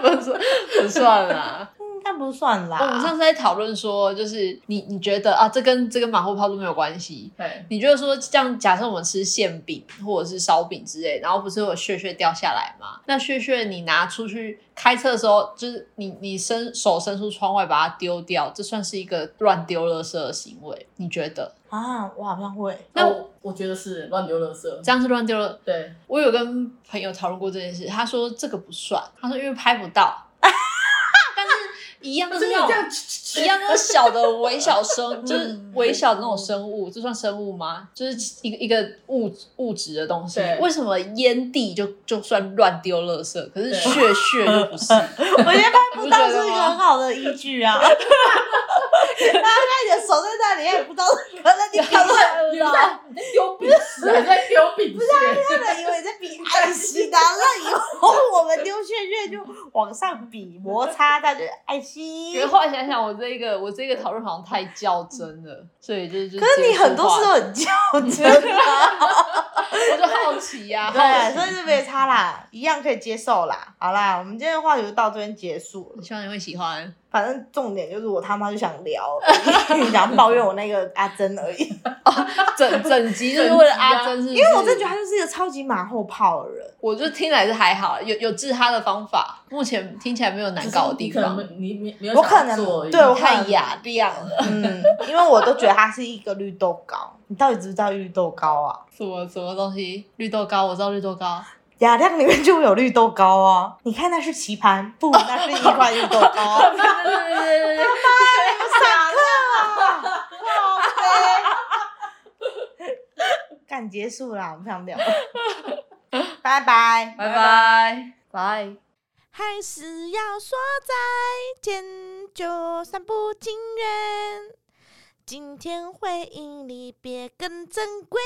Speaker 2: 不算不算啦。
Speaker 1: 应该不算啦。
Speaker 2: 哦我们上次在讨论说，就是你你觉得啊，这跟这跟马后炮都没有关系。
Speaker 3: 对，
Speaker 2: 你觉得说，这样假设我们吃馅饼或者是烧饼之类，然后不是有屑屑掉下来吗？那屑屑你拿出去开车的时候，就是你你伸手伸出窗外把它丢掉，这算是一个乱丢垃圾的行为？你觉得
Speaker 1: 啊，我好像 会。
Speaker 2: 那
Speaker 3: 我哦我觉得是乱丢垃圾。
Speaker 2: 这样是乱丢了？
Speaker 3: 对，
Speaker 2: 我有跟朋友讨论过这件事，他说这个不算，他说因为拍不到， 但是一样
Speaker 3: 可
Speaker 2: 都
Speaker 3: 是
Speaker 2: 是
Speaker 3: 你
Speaker 2: 那
Speaker 3: 这
Speaker 2: 种
Speaker 3: 样，
Speaker 2: 一样都是小的微 小生，就是
Speaker 1: 嗯
Speaker 2: 微小的那种生物，这算生物吗？就是一个一个物物质的东西
Speaker 3: 对。
Speaker 2: 为什么烟蒂就就算乱丢垃圾，可是
Speaker 3: 对
Speaker 2: 血血就 不是？
Speaker 1: 我觉得拍不到
Speaker 2: 你不觉
Speaker 1: 是
Speaker 2: 得
Speaker 1: 一个
Speaker 2: 吗
Speaker 1: 很好的依据啊。大家 看你的手在那里，也不知道可能你看
Speaker 3: 你
Speaker 1: 不
Speaker 3: 在你在你在丢饼屑，你在丢饼屑。
Speaker 1: 到，以为在比爱惜的，那以后我们丢屑屑就往上比摩擦，它就是爱 惜
Speaker 2: 因为。后来想想，我这个我这个讨论好像太较真 了，所以就是就
Speaker 1: 可是你很多事都很较真啊，
Speaker 2: 我就好奇呀、
Speaker 1: 对，
Speaker 2: 好
Speaker 1: 所以
Speaker 2: 奇。
Speaker 1: 就没差啦，一样可以接受啦。好啦，我们今天的话题就到这边结束了。
Speaker 2: 希望你会喜欢。
Speaker 1: 反正重点就是我他妈就想聊而 已，想抱怨我那个阿珍而已。
Speaker 2: 整 整集就是为了阿珍，是因为
Speaker 1: 我真的觉得他就是一个超级马后炮的人。
Speaker 2: 我就听来是还好，有有治他的方法，目前听起来没有难搞的地
Speaker 3: 可能
Speaker 2: 方
Speaker 3: 没，你没没有
Speaker 1: 我可
Speaker 3: 想要
Speaker 1: 能
Speaker 3: 做而已，
Speaker 1: 对我
Speaker 2: 太雅亮了，
Speaker 1: 嗯，因为我都觉得它是一个绿豆糕。你到底知不知道绿豆糕啊？
Speaker 2: 什么什么东西，绿豆糕，我知道绿豆糕，
Speaker 1: 雅亮里面就会有绿豆糕啊！你看那是棋盘，不，那是一块绿豆糕。
Speaker 2: 对对对对对 对，
Speaker 1: 上课啊，靠背。干结束啦，我不想聊了，拜拜。
Speaker 2: 拜拜拜。
Speaker 4: 还是要说再见，就算不情愿。今天回忆离别更珍贵。